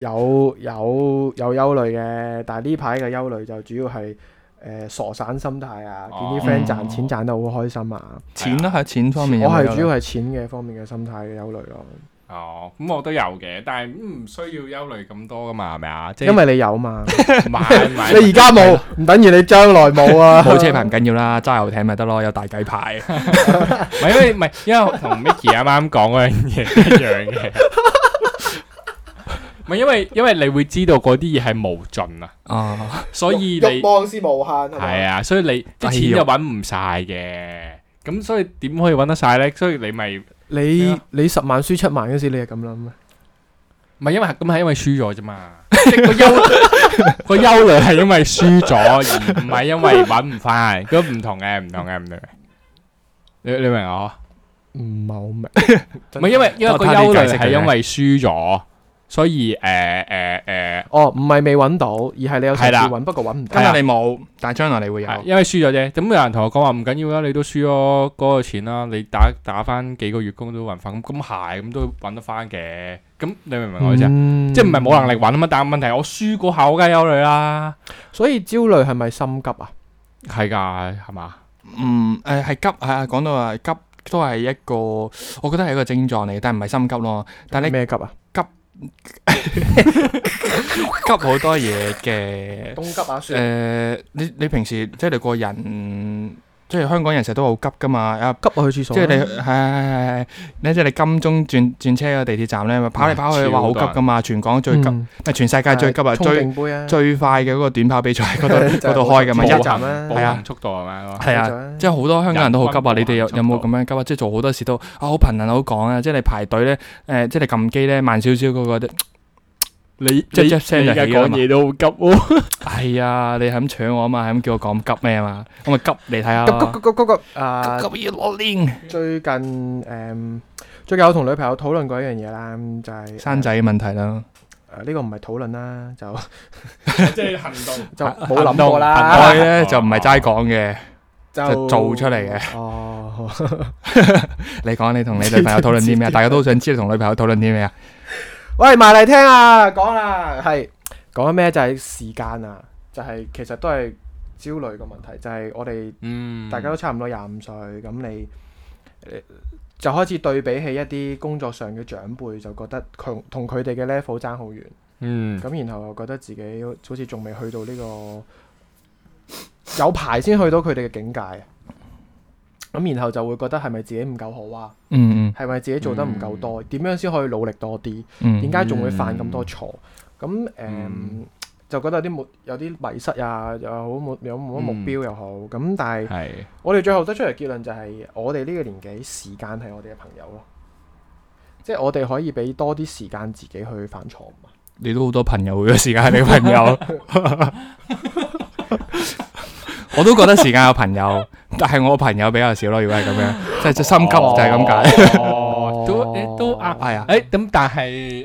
有有有憂慮嘅，但係呢排嘅憂慮就主要係誒、呃傻散心態啊，見啲哦 friend 賺錢賺得好開心啊，錢啦，係錢方面有我冇憂慮，係 主要係錢嘅方面嘅心態嘅憂慮咯，哦，咁我都有嘅，但係唔需要憂慮咁多噶嘛，係咪啊？即係因為你有嘛，唔係唔係 你而家冇唔等於你將來冇啊，冇車牌唔緊要啦，揸遊艇咪得咯，有大 雞牌。唔係因為唔係，因為同 Micky 啱啱講嗰樣嘢一樣 嘅。唔係因為因為你會知道嗰啲嘢係無盡啊，啊，所以慾你望是無限係係咪？啊，所以你哎啲錢呦又揾唔晒嘅，咁所以點可以揾得晒咧？所以你咪唔係你啊你十萬輸七萬嗰時，你係咁諗咩？係因為咁係因為輸咗啫嘛， 即係個憂 個憂慮係因為輸咗，而唔係因為揾唔翻，咁唔同嘅，唔同嘅，唔同嘅。你你明我？唔係好明，唔係因為因為個我睇下你憂慮解釋係佢因為輸咗，所以誒誒誒哦，唔係未揾到，而係你有係嘗啦試揾，不過揾唔到今。日你冇，但係將來你會有。係因為輸咗啫。咁有人同我講話唔緊要啦，你都輸咗嗰個錢啦，你打打翻幾個月工都揾翻。咁咁係咁都揾得翻嘅。咁你明唔明我意思啊？嗯即係唔係冇能力揾啊嘛？但係問題我輸嗰下我梗係憂慮啦，所以焦慮係咪心急啊？係㗎係嘛？嗯，誒係急，係啊，講到話急都係一個，我覺得係一個症狀嚟嘅，但係唔係心急咯。但係你咩急啊？急好多嘢嘅，東急啊，誒、你你平時即係你個人，即係香港人成日都好急噶嘛，啊！急啊去廁所。即係你係係係係，你即係你金鐘轉轉車個地鐵站咧，咪跑嚟跑去超話好急噶嘛，全港最急，嗯咪全世界最急啊，係衝最勁杯啊，最快嘅嗰個短跑比賽喺嗰就係度嗰度開嘅嘛，冇一錯步站行啦步係啊行速度係咪啊？係啊。即係好多香港人都好急啊！你人均哋有步行速有冇度咁樣急啊？即係做好多事都啊好頻能好講啊！即係你排隊咧，誒、即係你撳機咧慢少少嗰個啲，你即係一聲就你而起家啦講嘛嘢都好 急喎。係啊！你係咁搶我啊嘛，係咁叫我講急咩啊嘛，咁咪急你睇下急咯急急急急急啊！啊急急要攞 link 最近誒，最近我同女朋友討論過一樣嘢啦，就係生仔嘅問題啦，誒呢個唔係討論啦， 就即係行動。就冇諗過啦行，愛咧就唔係齋講嘅，就就做出嚟嘅。哦， 你講你同你女朋友討論啲咩啊？大家都好想知你同女朋友討論啲咩啊？喂，埋嚟聽啊，講啦，係講緊咩？就係時間啊，就係其實都係焦慮個問題，就係我哋。嗯，大家都差唔多廿五歲，咁你你就開始對比起一啲工作上嘅長輩，就覺得佢同佢哋嘅 level 爭好遠，嗯咁然後又覺得自己好似仲未去到呢、個有排先去到佢哋嘅境界啊。咁然後就會覺得係咪自己唔夠好啊？嗯係咪自己做得唔夠嗯多？點、樣先可以努力多啲？嗯點嗯，解仲會犯咁多錯？咁誒、嗯就覺得有啲冇有啲迷失啊，又好冇有冇乜目嗯標又好。咁但係係我哋最後得出嚟結論就係，我哋呢個年紀時間係我哋嘅朋友咯，即係我哋可以俾多啲時間自己去犯錯誤。你都好多朋友嘅時間係你嘅朋友，我都覺得時間有朋友，但係我朋友比較少咯。如果係咁樣，即係即係心急就係咁解。解。哦，都誒都啱。係啊，诶，咁但係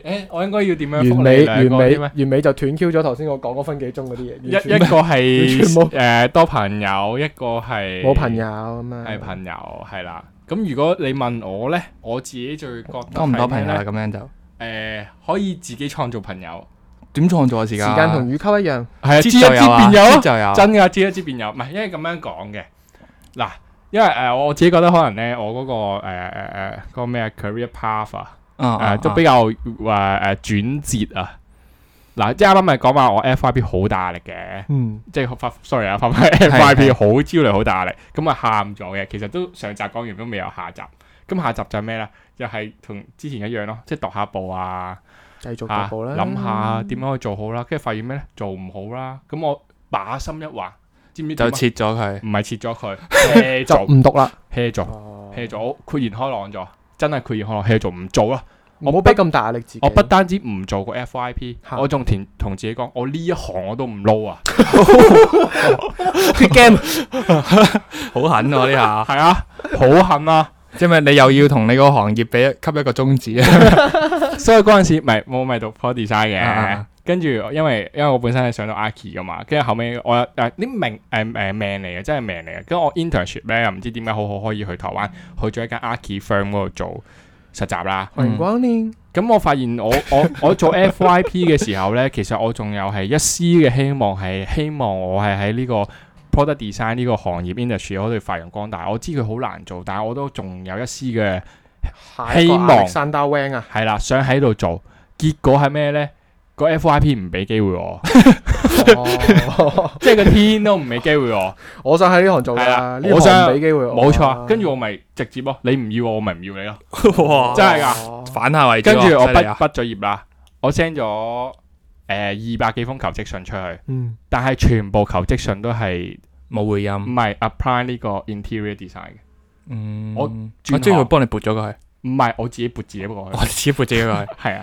诶，我應該要點樣覆完你美兩完個美添咧完美就斷 Q 咗頭先我講嗰分幾鐘嗰啲嘢，一完一全個完全冇係诶多朋友，一個係冇朋友咁啊。係朋友係啦。咁如果你問我咧，我自己最覺得多唔多朋友啦？啊咧？咁樣就诶，可以自己創造朋友，點創造啊時時間？間同乳溝一樣，係啊，知知一知就有啊，變友知咯。就有。真噶，知一知變有，唔係因為咁樣講嘅。嗱，因為誒、呃我自己覺得可能咧，我嗰、個誒誒誒嗰個咩啊 career path 啊，啊誒、啊都比較誒誒、呃轉折啊。嗱，即係啱啱咪講話我 FYP 好大壓力嘅，嗯，即係發 sorry 啊，發 翻 FYP 好焦慮，好大壓力，咁啊喊咗嘅。其實都上集講完都未有下集，咁下集就係咩咧？又係同之前一樣咯，即係踱下步啊，繼續嚇踱步啦，諗下點樣可以做好啦，跟住發現咩咧？做唔好啦，咁我把心一橫，知唔知點就啊？切咗佢。唔係切咗 佢，hea 就做唔讀啦， hea 做 hea 做，豁然開朗咗，真係豁然開朗 hea 做唔做啦。唔好俾咁大壓力自己。我不單止唔做個 FYP，嚇我仲填同自己講，我呢一行我都唔撈啊。脱 game，好狠喎呢下，係啊，好恨啊！ 即係你又要同你個行業俾吸一個宗旨啊？所以嗰陣時咪我咪讀 pro design 啊啊嘅啊，跟住因為因為我本身係上到 archi 噶嘛，跟住後尾我誒啲命誒誒命嚟嘅，真係命嚟嘅。跟住我 internship 咧又唔知點解好好可以去台灣，去咗一間 archi firm 嗰度做實習啦。歡迎光臨。咁我發現我 我我做 FYP 嘅時候咧，其實我仲有係一絲嘅希望，係希望我係喺呢個 product design 呢個行業 industry 嗰度發揚光大。我知佢好難做，但係我都仲有一絲嘅下一個希望 Alexander Wang 啊，係啦，想喺度做。結果係咩咧？個 FYP 唔俾機會 我，哦即係個天都唔俾機 會我。我想喺呢行做係啦啦，呢我行想唔俾機會我。冇錯啊，跟住我咪直接咯，你唔要我，我咪唔要你咯。 哇！真係㗎哦反下位置跟喎，住我犀利畢啊畢咗業啦，我 send 咗呃誒二百幾封求職信出去，嗯，但係全部求職信都係。冇回唔音。係 apply 呢個 interior design 嘅，嗯，我我轉我中意佢幫你撥咗過去，唔係我自己撥自己過去我，只撥自己 過去。係啊，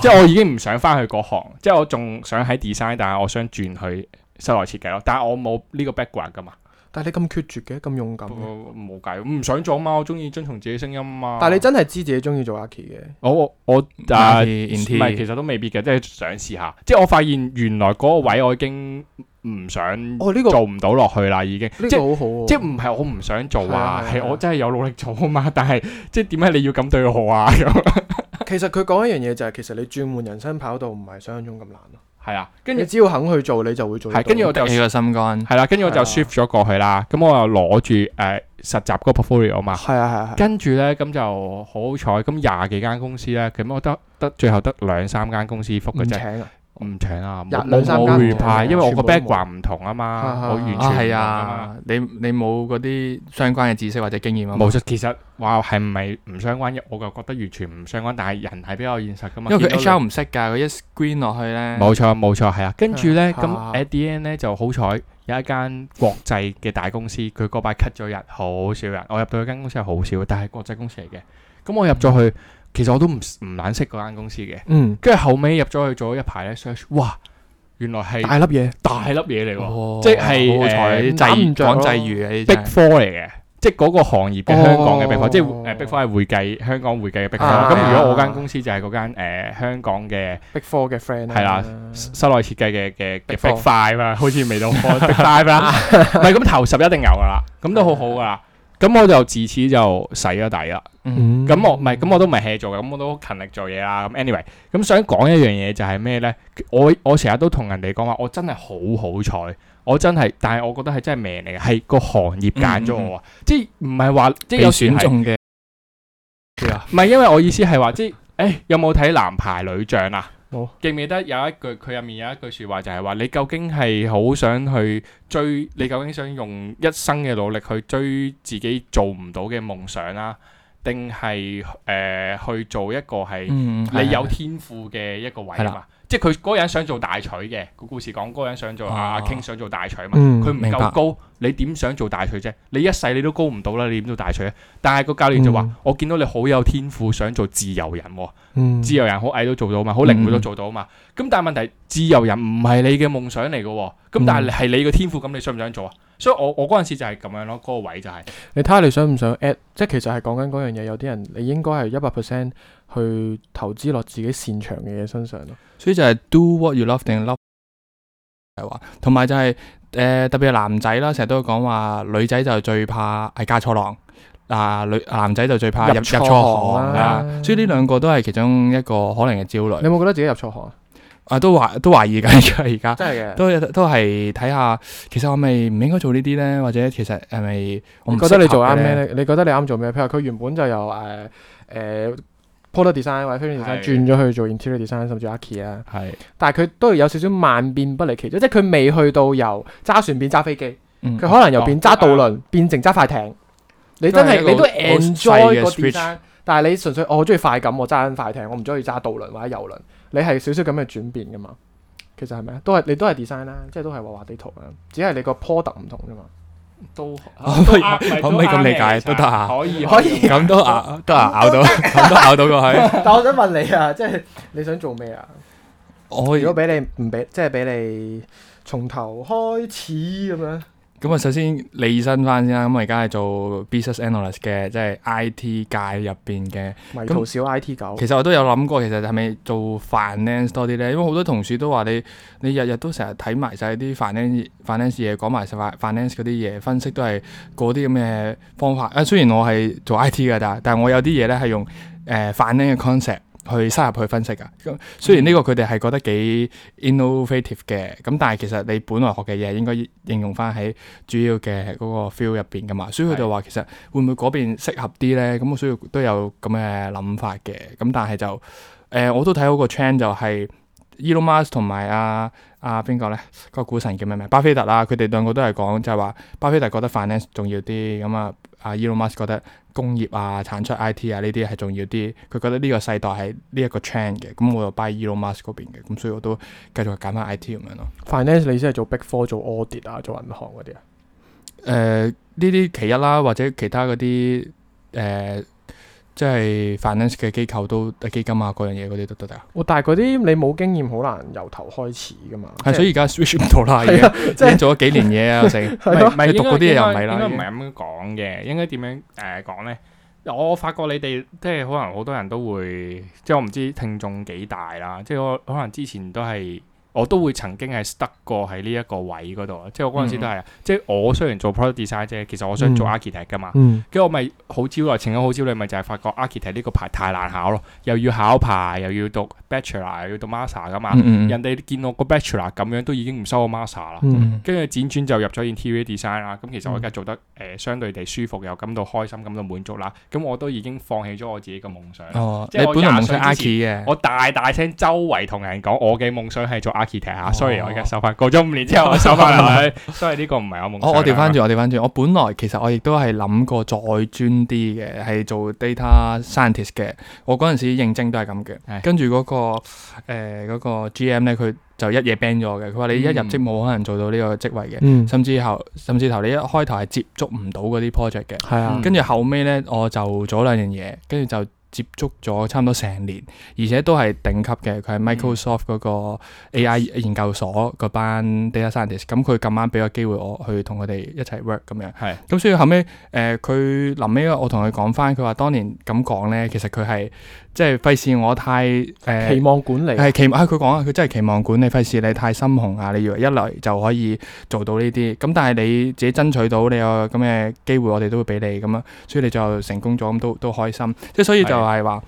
即係我已經唔想翻去嗰行，即係我仲想喺 design，但係我想轉去室內設計咯，但係我冇呢個 background 噶嘛，但係你咁決絕嘅，咁勇敢嘅，我呃冇計，唔想做啊嘛，我中意遵從自己聲音啊嘛。但係你真係知自己中意做 Aki 嘅。我哦我我 啊，唔 Inti- Inti- 係其實都未必嘅，即係想試下，即係我發現原來嗰個位我已經唔想哦，呢個做唔到落去啦，已經，呢個即係好好喎，即係唔係我唔想做啊，係啊係啊係我真係有努力做啊嘛， 但係即係點解你要咁對我啊 咁？其實佢講一樣嘢就係，其實你轉換人生跑道唔係想象中咁難咯。係啊，跟你住只要肯去做，你就會做得係到。跟住我就滴起個心肝，係啦，跟住我係就啊 shift 咗過去啦。咁我又攞住誒實習嗰個 portfolio 嘛，係啊係啊係啊，跟住咧咁就好好彩，咁廿幾間公司咧，咁我得得最後得兩三間公司覆唔嘅啫，請啊，唔請啊，廿冇冇兩三間冇唔 r 請 e 因為啊我個全部都冇 background 唔同啊啊嘛，啊我完全啊係啊。啊，你你冇嗰啲相關嘅知識或者經驗啊嘛冇，錯，其實話係唔係唔相關，我就覺得完全唔相關。但係人係比較現實噶嘛，因為見佢到兩 HR 唔識㗎，佢一 screen 落去咧，冇錯冇錯，係啊。跟住咧，嗯啊咁 at the end 咧就好彩有一間國際嘅大公司，佢嗰排 cut 咗人，好少人。我入到嗰間公司係好少，但係國際公司嚟嘅。咁我入咗去，其實我都唔唔懶識嗰間公司嘅。嗯，跟住後尾入咗去做咗一排咧 search，哇，原來係大粒嘢，大粒嘢嚟喎哦即係好好彩誒啲打唔際着咯講際遇啊呢啲，Big 真係 Four 嚟嘅。即係嗰個行業嘅香港嘅 Big 哦 Four，即係誒 Big Four 係會計香港會計嘅 Big 啊 Four。咁如啊果我間公司就係嗰間誒香港嘅。啊 Big Four 嘅 friend 係啦室內設計嘅嘅嘅 Big Big Four Five 啦，好似未到 Four Big Five 啦，唔係咁頭十一定有噶啦，咁都好好噶啦。咁我就自此就洗咗底啦。嗯嗯，咁我唔係，咁我都唔係 hea 做嘅，咁我都勤力做嘢啦。咁 anyway，咁想講一樣嘢就係咩咧？我我成日都同人哋講話，我真係好好彩，我真係，但係我覺得係真係命嚟嘅，係個行業揀咗我啊，即係唔係話即嗯係被有時選係中嘅唔係因為我意思係話，即係誒有冇睇男排女將啊？冇記唔記得有一句佢入面有一句説話就係話，你究竟係好想去追，你究竟想用一生嘅努力去追自己做唔到嘅夢想啦、定係誒去做一個係嗯，係你有天賦嘅一個位係啊嘛？即係佢嗰個人想做大取嘅，個故事講嗰個人想做阿阿啊 King 想做大取嘛，嗯佢唔明白夠高，你點想做大取啫？你一世你都高唔到啦，你點做大取咧？但係個教練就話：嗯我見到你好有天賦，想做自由人喎、嗯自由人好矮都做到嘛，好嗯靈活都做到嘛。咁、但係問題，自由人唔係你嘅夢想嚟嘅喎。咁但嗯係係你嘅天賦，咁你想唔想做啊？所以我我嗰陣時就係咁樣咯，嗰、個位就係、你睇下你想唔想 at，即係其實係講緊嗰樣嘢，有啲人你應該係一百 percent 去投資落自己擅長嘅嘢身上咯。所以就係 do what you love 定 love 係話，同埋就係、誒、特別係男仔啦，成日都講話女仔就最怕係嫁錯郎，啊女男仔就最怕入入入錯錯行行啊啦啦，所以呢兩個都係其中一個可能嘅焦你慮。有冇覺得自己入錯行啊？啊，都懷都懷疑緊 而家。真係嘅，都都係睇下，其實我咪唔應該做呢啲呢？或者其實係咪我唔你覺得你適合做嘅啱呢咩咧？你覺得你啱做咩？譬如佢原本就由誒誒呃 product design 或者 fashion 係 design 轉咗去做 interior design 甚至 archi 啊，係但係佢都有少少萬變不離其宗，即係佢未去到由揸船變揸飛機，嗯佢可能由哦變揸渡輪變成揸快艇。你真係都係你一個都好細 enjoy 嘅個 switch design，但係你純粹哦我好中意快感，我揸緊快艇，我唔中意揸渡輪或者遊輪，你係少少咁嘅轉變噶嘛。其實係咪啊？都係你都係 design 啦，即係都係畫畫地圖啦，只係你個 product 唔同啫嘛。都啊 可唔可以都啱咪可唔可以咁都啱理嘅解其都實得啊可以可以咁都咬都咬咬 到，咁都咬到過去。但我想問你啊，即係你想做咩啊？我如果俾你唔俾，即係俾你從頭開始咁樣，咁啊，首先理身翻先啦。咁我而家係做 business analyst 嘅，即係 IT 界入邊嘅。迷途小 I T 狗其實我都有諗過，其實係咪做 finance 多啲咧？因為好多同事都話你，你日日都成日睇埋晒啲 finance finance 嘢，講埋晒 finance 嗰啲嘢，分析都係嗰啲咁嘅方法。啊，雖然我係做 IT 嘅，但但我有啲嘢咧係用誒、呃 finance 嘅 concept。去深入去分析㗎，咁雖然呢個佢哋係覺得幾 innovative 嘅，咁但係其實你本來學嘅嘢應該應用翻喺主要嘅嗰個 feel 入邊㗎嘛，所以佢就話其實會唔會嗰邊適合啲咧？咁我所以都有咁嘅諗法嘅。咁但係就誒、呃我都睇好個 trend 就係 Elon Musk 同埋啊啊邊個咧？個股神叫咩名？巴菲特啦，佢哋兩個都係講就係話巴菲特覺得 finance 重要啲，咁啊啊 Elon Musk 覺得工業啊、產出 IT 啊呢啲係重要啲。佢覺得呢個世代係呢一個 trend 嘅，咁我就 buy Elon Musk 嗰邊嘅，咁所以我都繼續揀翻 IT 咁樣咯。 finance 你先係做 big four 做 audit 啊，做銀行嗰啲啊。誒呢啲其一啦，或者其他嗰啲誒，即係 finance 嘅機構都基金啊，嗰樣嘢嗰啲都得㗎。哇！但係嗰啲你冇經驗，好難由頭開始噶嘛。係，所以而家 switch 唔到啦，已係經啊，已即經係做咗幾年嘢啊， 成唔係唔係你讀嗰啲嘢又唔係啦應該應已該經唔係咁樣講嘅，應該點樣誒講咧？我發覺你哋即係可能好多人都會，即係我唔知聽眾幾大啦，即係我可能之前都係。我都會曾經係 stuck 過喺呢一個位嗰度，即係我嗰陣時都係，啊嗯即係我雖然做 product design 啫，其實我想做嗯 architect 噶嘛，嗯，跟住我咪好焦慮，情感好焦慮，咪就係發覺啊 architect 呢個牌太難考咯，又要考牌，又要讀 bachelor，又要讀 master 噶嘛，嗯嗯人哋見我個 bachelor 咁樣都已經唔收我 master 啦，嗯嗯跟住輾轉就入咗 interior design 啦。咁其實我而家做得誒、呃相對地舒服，又感到開心，感到滿足啦。咁我都已經放棄咗我自己嘅夢想。哦，即你係我本來夢廿想歲之 Archi 嘅，我大大聲周圍同人講，我嘅夢想係做 architect 哦啊。sorry，我而家收翻，過咗五年之後我收 翻啦。所以呢個唔係我夢想。哦我我調翻轉，我調翻轉。我本來其實我亦都係諗過再專啲嘅，係做 data scientist 嘅。我嗰陣時應徵都係咁嘅。係跟住嗰個誒嗰、個 GM 咧，佢就一夜 ban 咗嘅。佢話你一入嗯職冇可能做到呢個職位嘅，嗯，甚至後甚至頭你一開頭係接觸唔到嗰啲 project 嘅。係啊嗯，跟住後尾咧，我就做咗兩樣嘢，跟住就接觸咗差唔多成年，而且都係頂級嘅。佢係 Microsoft 嗰個 AI 研究所嗰班 data scientist，咁佢咁啱俾個機會我去同佢哋一齊 work 咁樣。係咁所以後尾誒，呃佢臨尾我同佢講翻，佢話當年咁講咧，其實佢係即係費事我太誒。呃期望管理係期望，啊佢講啊，佢真係期望管理，費事你太心紅啊！你以為一嚟就可以做到呢啲，咁但係你自己爭取到，你有咁嘅機會，我哋都會俾你咁啊，所以你就成功咗，咁都都開心。即係所以就係話，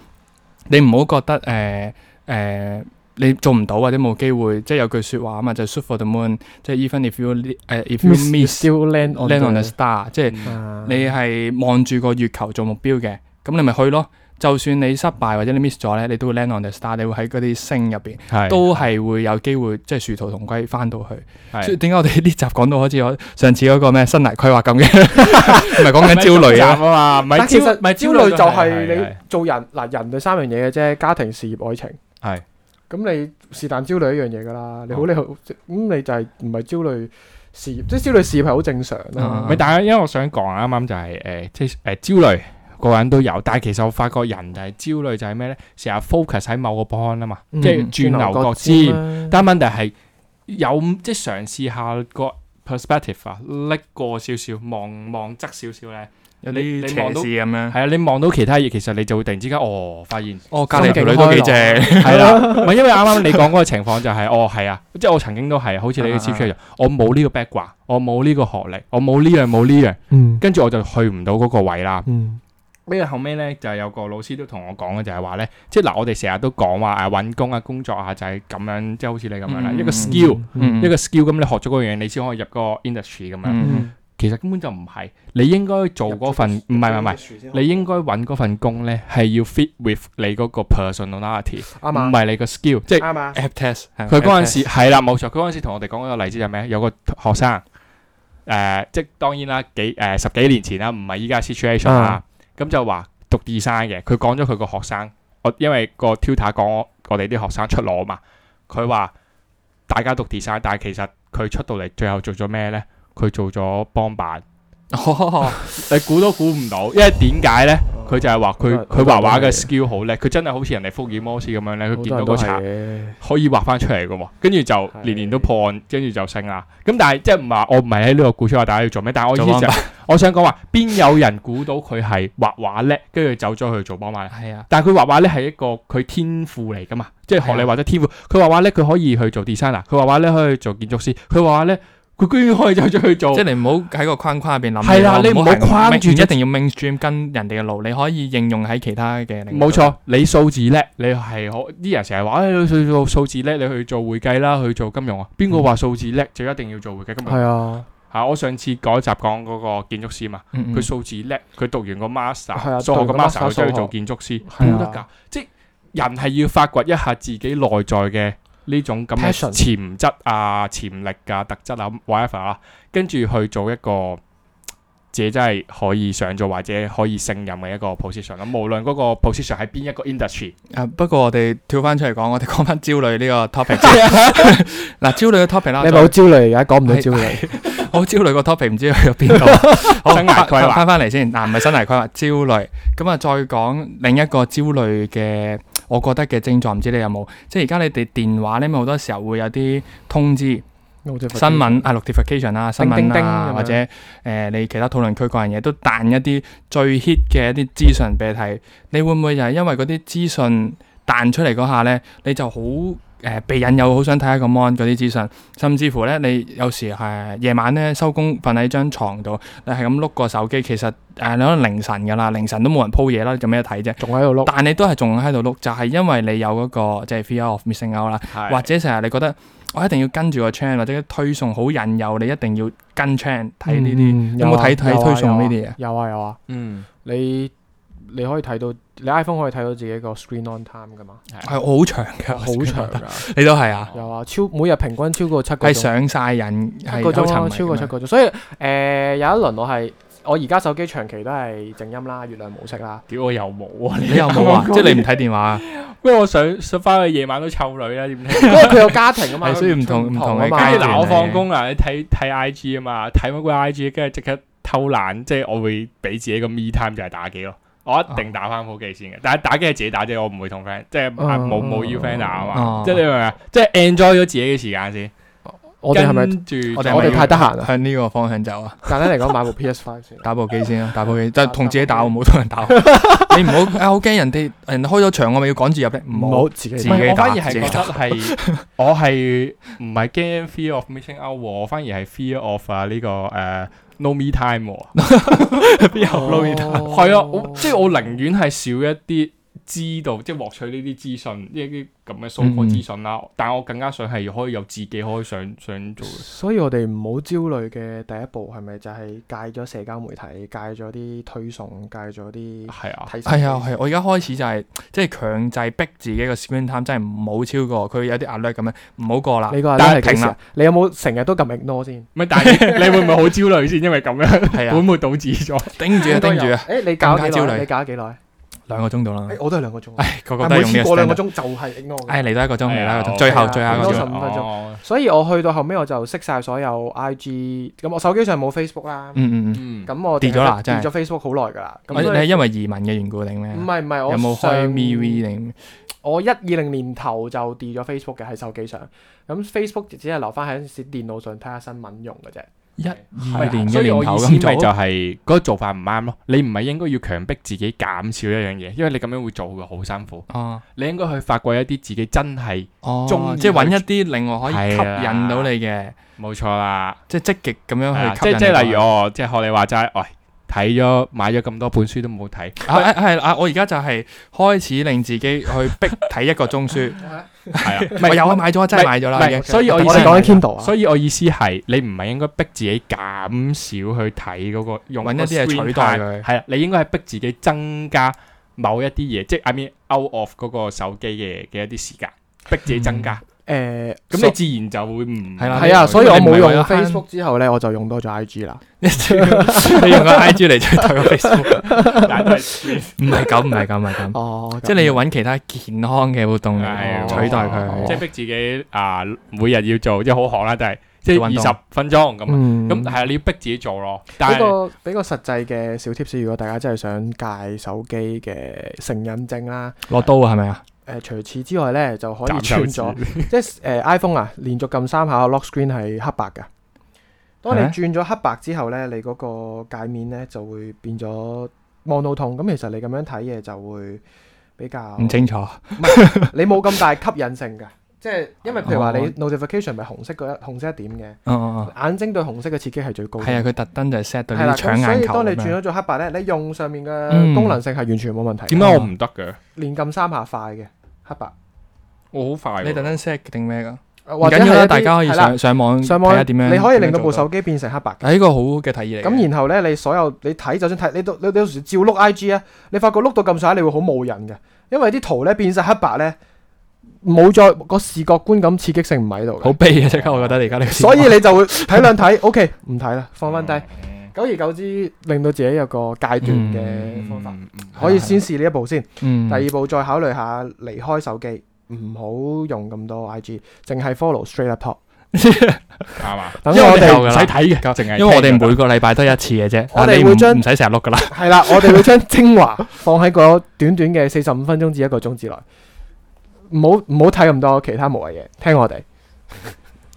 你唔好覺得誒誒、呃你做唔到或者冇機會，即係有句説話啊嘛，就 shoot for the moon，即係 even if you 誒、if you miss still land on land on the star，即係。嗯啊你係望住個月球做目標嘅，咁你咪去咯。就算你失敗或者你 miss 咗咧，你都會 land on the star，你會喺嗰啲星入邊係都係會有機會即係殊途同歸翻到去。所以係點解我哋呢集講到好似我 上次嗰個咩生涯規劃咁嘅，唔係講緊焦慮 啊？啊嘛，唔但係其焦實唔係焦慮慮就係係你做人嗱人就三樣嘢嘅啫，家庭、事業、愛情。係咁你是但焦慮一樣嘢㗎啦，你好哦你好咁你就係唔係焦慮事業，即係焦慮事業係好正常嗯啦唔係，。但係因為我想講啊啱啱就係、誒、即係誒、焦慮，個人都有。但係其實我發覺人就係焦慮就係咩咧？成日 focus 喺某個 point 啊嘛，嗯即係轉牛角尖。啊啦但係問題係有即係嘗試下個 perspective 啊，拎過少少，望望側少少咧。有啲斜視咁樣。係啊，你望到其他嘢，其實你就會突然之間哦，發 現我隔離條女都幾正，係啦。唔係因為啱啱你講嗰個情況就係、哦係啊，即係我曾經都係好似你嘅 c h 一樣，我冇呢個 background，我冇呢個學歷，我冇呢樣冇呢樣，嗯跟住我就去唔到嗰個位啦。嗯呢個後尾咧就有個老師都同我講嘅就係話咧，即係嗱，我哋成日都講話誒揾工啊、工作啊就係咁樣，即係好似你咁樣啦，嗯一個 skill，嗯一個 skill 咁你學咗嗰樣嘢，你先可以入個 industry 咁樣。嗯嗯其其實根本就唔係。你應該做嗰份，唔係唔係唔係，係你應該揾嗰份工咧係要 fit with 你嗰個 personality，唔啱啊，係你個 skill，即係。啱啊， app test 係咪佢嗰 app 陣時係啦，冇錯。佢嗰陣時同我哋講嗰個例子就係咩？有個學生誒、呃即係當然啦，幾誒、呃十幾年前啦，唔係依家 situation 啦。啊咁、就話讀 design 嘅，佢講咗佢個學生，我因為個 tutor 講我我哋啲學生出路啊嘛，佢話大家讀 design，但係其實佢出到嚟最後做咗咩呢？佢做咗幫辦， test。你估都估唔到，因為點解呢？佢就係話佢好多佢人都畫畫嘅係 skill 好叻，佢真係好似人哋福爾摩斯咁樣呢。佢好見多到人都嗰層係。嘅，可以畫翻出嚟嘅喎，跟住就係年年都破案，跟住就升啦。咁但係即係唔係話我唔係喺呢個故出話大家要做咩？但係我意做幫思就 我想講話，邊有人估到佢係畫畫叻，跟住走咗去做幫賣？係啊，但係佢畫畫咧係一個佢天賦嚟噶嘛，即係學你話齋天賦。佢畫畫咧，佢可以去做 designer，佢畫畫咧可以做建築師，佢畫畫咧佢居然可以走咗去做即係。你唔好喺個框框入邊諗嘢咯。係啦你唔好行框唔住一咗定要 mainstream 跟人哋嘅路，你可以應用喺其他嘅領域。冇錯，你數字叻，你係可啲人成日話，誒、你去做數字叻，你去做會計啦，去做金融啊。邊個嗯話數字叻就一定要做會計金融？係啊，嚇、我上次嗰集講嗰個建築師嘛，嗯，嗯佢數字叻，佢讀完個 master，、係啊數學讀完嘅個 master，佢 master，走去數學做建築師，係都啊得㗎。即係人係要發掘一下自己內在嘅呢種咁嘅 Passion 潛質啊、潛力啊、特質啊 whatever 啊，跟住去做一個自己真係可以上做或者可以勝任嘅一個 position 咁無論嗰個 position 喺邊一個 industry，啊不過我哋跳翻出嚟講，我哋 講翻焦慮呢個 topic 先。係啊，嗱，焦慮嘅 topic 啦你，係咪好焦慮而家講唔到焦慮。好焦慮個 topic 唔知去咗邊 度。好，生涯規劃翻翻翻嚟先，嗱，唔係生涯規劃，焦慮。咁啊，再講另一個焦慮嘅，我覺得嘅症狀，唔知你有冇？即係而家你哋電話咧，咪好多時候會有啲通知。新聞啊，notification 啦，新叮叮聞叮啊，咁樣或者誒、呃你其他討論區嗰樣嘢都彈一啲最 hit 嘅一啲資訊俾你睇，你會唔會就係因為嗰啲資訊彈出嚟嗰下咧，你就好誒、呃被引誘，好想睇下個 mon 嗰啲資訊，甚至乎咧你有時係、夜晚咧收工瞓喺張床度，你係咁碌個手機，其實誒、呃你可能凌晨㗎啦，凌晨都冇人鋪嘢啦，做咩睇啫？仲喺度碌，但你都係仲喺度碌，就係、因為你有嗰、個即係 fear of missing out 啦。或者成日你覺得我一定要跟住個 channel 或者推送好引誘你一定要跟 channel 睇呢啲，啲有冇睇睇推 à? 送呢啲嘢？有啊有啊，嗯，你你可以睇到，你 iPhone 可以睇到自己個 screen on time 噶嘛，係係好長嗯嘅，嗯好長㗎，你都係啊，有啊，超每日平均超過七個係鐘，上晒癮，係七個有啊鐘沉咯啊迷超過七咁樣個鐘，所以誒有一輪我係我而家手機長期都係靜音啦、月亮模式啦， 屌我又冇啊！你有 冇啊？即係你唔睇電話啊？因為我想想翻去夜晚都湊女啦，點聽？因為佢有家庭啊嘛，係需要唔同佢唔同嘅啊嘛階跟住段嗱，嚟我放工啦，你睇睇 I G 啊嘛，睇乜鬼 I G，跟住即刻偷懶，即係我會俾自己個 me time 就係打機咯。我一定打翻部機先嘅，但係打機係自己打啫，我唔會同 friend，即係哦冇冇要 friend 打啊哦嘛。即係你明唔明啊？即係 enjoy 咗自己嘅時間先。我哋係咪？跟住我哋係咪我哋太得閒啦，向呢個方向走啊！簡單嚟講買部 PS Five 先。打部機先啦，啊打部機，啊就同自己打，唔好同人打。你唔好啊！好驚人哋人哋開咗場，我咪要趕住入咧。唔唔好好自自己己唔打係我反而打係自己覺得打 係我係唔係 game fear of missing out，喎我反而係 fear of 啊呢個誒 no me time 喎。哦 邊有撈嘢打？係啊，我嗯即係我寧願係少一啲知道，即係獲取呢啲資訊，呢啲咁嘅數據嗯資訊啦。但係我更加想係可以有自己可以想想做嘅。所以我哋唔好焦慮嘅第一步係咪就係戒咗社交媒體，戒咗啲推送，戒咗啲係啊，睇手機係啊，係我而家開始就係、即係強制逼自己個 screen time，真係唔好超過佢有啲壓力咁樣，唔好過啦。你個但係係幾停時啦啊？你有冇成日都撳 ignore 先？唔係，但係你你會唔會好焦慮先？因為咁樣係會啊，唔會導致咗？頂住啊，頂住啊，誒，你搞咗更加焦幾慮耐？你搞咗幾耐？兩個鐘到啦。誒，我都係兩個 鐘。啊唉，個個但都每係用呢次個過兩 stand 個 up。鐘就係 ignore 嘅。唉，嚟到一個鐘，嚟到一個係啊鐘，最後係啊最後一個多鐘十啦。五分鐘哦所以我去到後尾我就熄晒所有 IG，咁我手機上冇 Facebook 啦。嗯嗯嗯。嗯，咁我跌咗啦真係跌咗 Facebook 好耐㗎啦。我咁你所係以因為移民嘅緣故定咩？唔係唔係，我有冇開上 MeWe 定？我一二零年頭就 delete 咗 Facebook 嘅喺手機上，咁 Facebook 只係留翻喺時電腦上睇下新聞用嘅啫。哦一係二啊年嘅所以年我頭意咁思咪做就係嗰個做法唔啱咯。你唔係應該要強迫自己減少一樣嘢，因為你咁樣會做嘅好辛苦。哦你應該去發掘一啲自己真係哦中，意即係揾去一啲另外可以吸係啊引到你嘅，冇錯啦。即係積極咁係啊樣去吸即引你。係哦即係例如我即係學你話齋，喂睇睇咗買咗咁多本書都冇睇。 啊啊係啊！我而家就係開始令自己去逼睇一個鐘書，係啊，我有啊買咗啊，真係買咗唔啦已係經。所以我意我思哋係講緊 Kindle 啊，所以我意思係，你唔係應該逼自己減少去睇嗰個用搵一啲嘢取代佢係啊，你應該係逼自己增加某一啲嘢，即係 I mean out of 嗰個手機嘅嘅一啲時間，逼自己增加。誒咁所你自然就會唔嗯係啦係啊，所以我冇用你唔係為咗慳 Facebook 之後咧，我就用多咗 IG 啦。你用個 I G 嚟取代個 Facebook， 但係唔係咁，唔係咁，唔係咁。哦，即係你要揾其他健康嘅活動嚟係啊取代哦佢。即係逼自己啊，每日要做，即係好行啦，但係即係做運二動十分鐘咁啊。嗯咁係啊，你要逼自己做咯。但俾係個俾個實際嘅小 tips，如果大家真係想戒手機嘅成癮症啦，攞刀啊，係咪啊？誒、除此之外咧就可以斬手穿指咗，即係誒、iPhone 啊，連續撳三下 lock screen 係黑白㗎。當你係轉咗黑白之後咧，你嗰個界面咧就會變咗 monotone。咁其實你咁樣睇嘢就會比較唔清哦 楚。你冇咁大吸引性㗎。即係因為譬如話你哦 notification 咪紅色嗰一紅色一點哦哦嘅，眼睛對紅色嘅刺激係最高哦，嘅。係啊，佢特登就係 set 到係呢啦，啲搶咁所眼以球當你咁轉樣。咗做黑白咧，你用上面嗯嘅功能性係完全冇問題。點解我唔得嘅？連撳三下快嘅黑白，我好快喎。你特登 set 定咩㗎？呃唔或者緊要係啦，一啲大家可以係啦上上網上睇網，下點樣。你可以令到部點樣做啊手機變成黑白嘅。到。係呢個好嘅提議嚟嘅。咁然後咧，你所有你睇就算睇，你都你你有時照碌 I G 啊，你發覺碌到咁上下，你會好冇癮嘅，因為啲圖咧變晒黑白咧，冇再個視覺觀感刺激性唔喺度好嘅，悲啊！即刻，我覺得你而家呢個節所目以你就會 睇兩睇，OK 唔睇啦，放翻低。嗯久而久之，令到自己有個階段嘅方法，嗯嗯可以先試呢一步先。嗯第二步再考慮下離開手機，唔好用咁多 IG，淨係 follow straight up talk。啱啊。等因為我哋哋唔唔使睇使睇嘅嘅，淨係因為我哋每個禮拜得一次嘅啫，我啊哋你會唔將唔使成日碌噶啦。係 啦，我哋會將精華放喺嗰短短嘅四十五分鐘至一個鐘之內，唔好唔好睇咁多其他無謂嘢，聽我哋。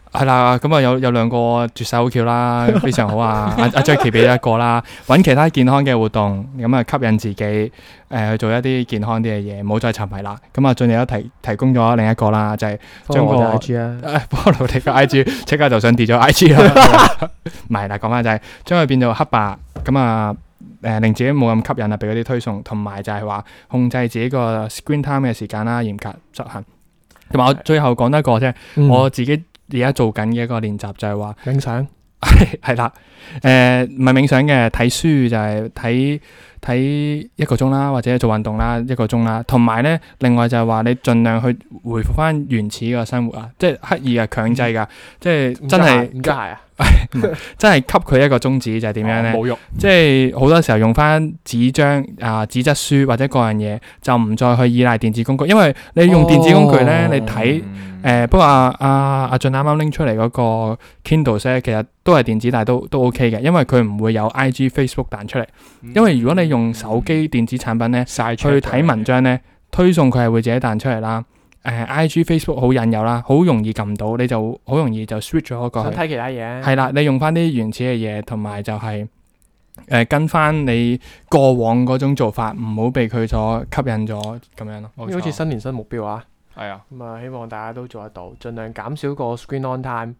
係啦，咁啊有有兩個絕世好橋啦，非常好啊！阿阿 Jackie 俾咗一個啦，揾其他健康嘅活動，咁啊吸引自己誒、呃去做一啲健康啲嘅嘢，唔好再沉迷啦。咁啊，進而都提提供咗另一個啦，就係、 將 follow 我哋個 IG 啊，誒 follow 你個 IG，即刻就想跌咗 IG 啦。 唔係啦，講翻就係將佢變做黑白，咁啊誒令自己冇咁吸引啊，俾嗰啲推送，同埋就係話控制自己個 screen time 嘅時間啦，嚴格執行。同埋我最後講多一個啫，嗯我自己而家做緊嘅一個練習就係話 影相係啦，誒唔係冥想嘅，睇書就係睇睇一個鐘啦，或者做運動啦一個鐘啦，同埋咧另外就係話你盡量去回復翻原始嘅生活啊，即係刻意啊強制㗎，即係真係唔得閒嗯啊，真係給佢一個宗旨就係點樣哦咧？冇用，即係好多時候用翻紙張啊、紙質書或者嗰樣嘢，就唔再去依賴電子工具，因為你用電子工具咧，哦你睇。嗯誒、呃不過阿阿阿俊啱啱拎出嚟嗰個 Kindle 咧，其實都係電子，但係都都 OK 嘅，因為佢唔會有 IG、Facebook 彈出嚟。因為如果你用手機電子產品咧，晒去睇文章咧，推送佢係會自己彈出嚟啦。誒、IG、Facebook 好引誘啦，好容易撳到，你就好容易就 switch 咗過想去。睇其他嘢。係啦，你用翻啲原始嘅嘢，同埋就係、誒、跟翻你過往嗰種做法，唔好被佢所吸引咗咁樣咯。呢個好似新年新目標啊，係啊，咁啊希望大家都做得到，盡量減少個 screen on time，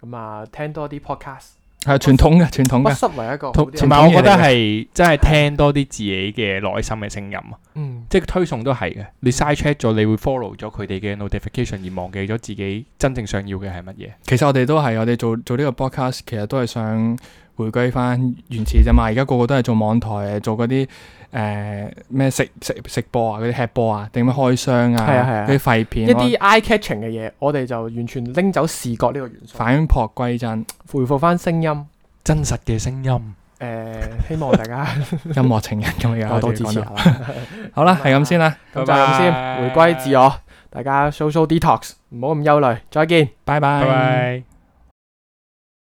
咁啊聽多啲 podcast，係傳統嘅，傳統不嘅。失為一個好同啲嘅同前埋面我嘢嚟覺嘅得係真係聽多啲自己嘅內心嘅聲音啊，嗯即係推送都係嘅。你晒 check 咗，你會 follow 咗佢哋嘅 notification 而忘記咗自己真正想要嘅係乜嘢。其實我哋都係，我哋做做呢個 podcast，其實都係想回歸翻原始啫嘛。而家個個都係做網台，做嗰啲誒咩食食食播啊，嗰啲吃播啊，定咩開箱係啊係啊，啊嗰啲廢片，一啲 eye catching 嘅嘢，我哋就完全拎走視覺呢個元素，反璞 歸真。回復翻聲音。真實嘅聲音，誒、希望大家 音樂情人咁樣，多多支持啊我哋下講到。啦。好啦，係咁先啦， 咁就咁先，回歸自我，大家 social detox，唔好咁憂慮，再見。拜拜。拜拜。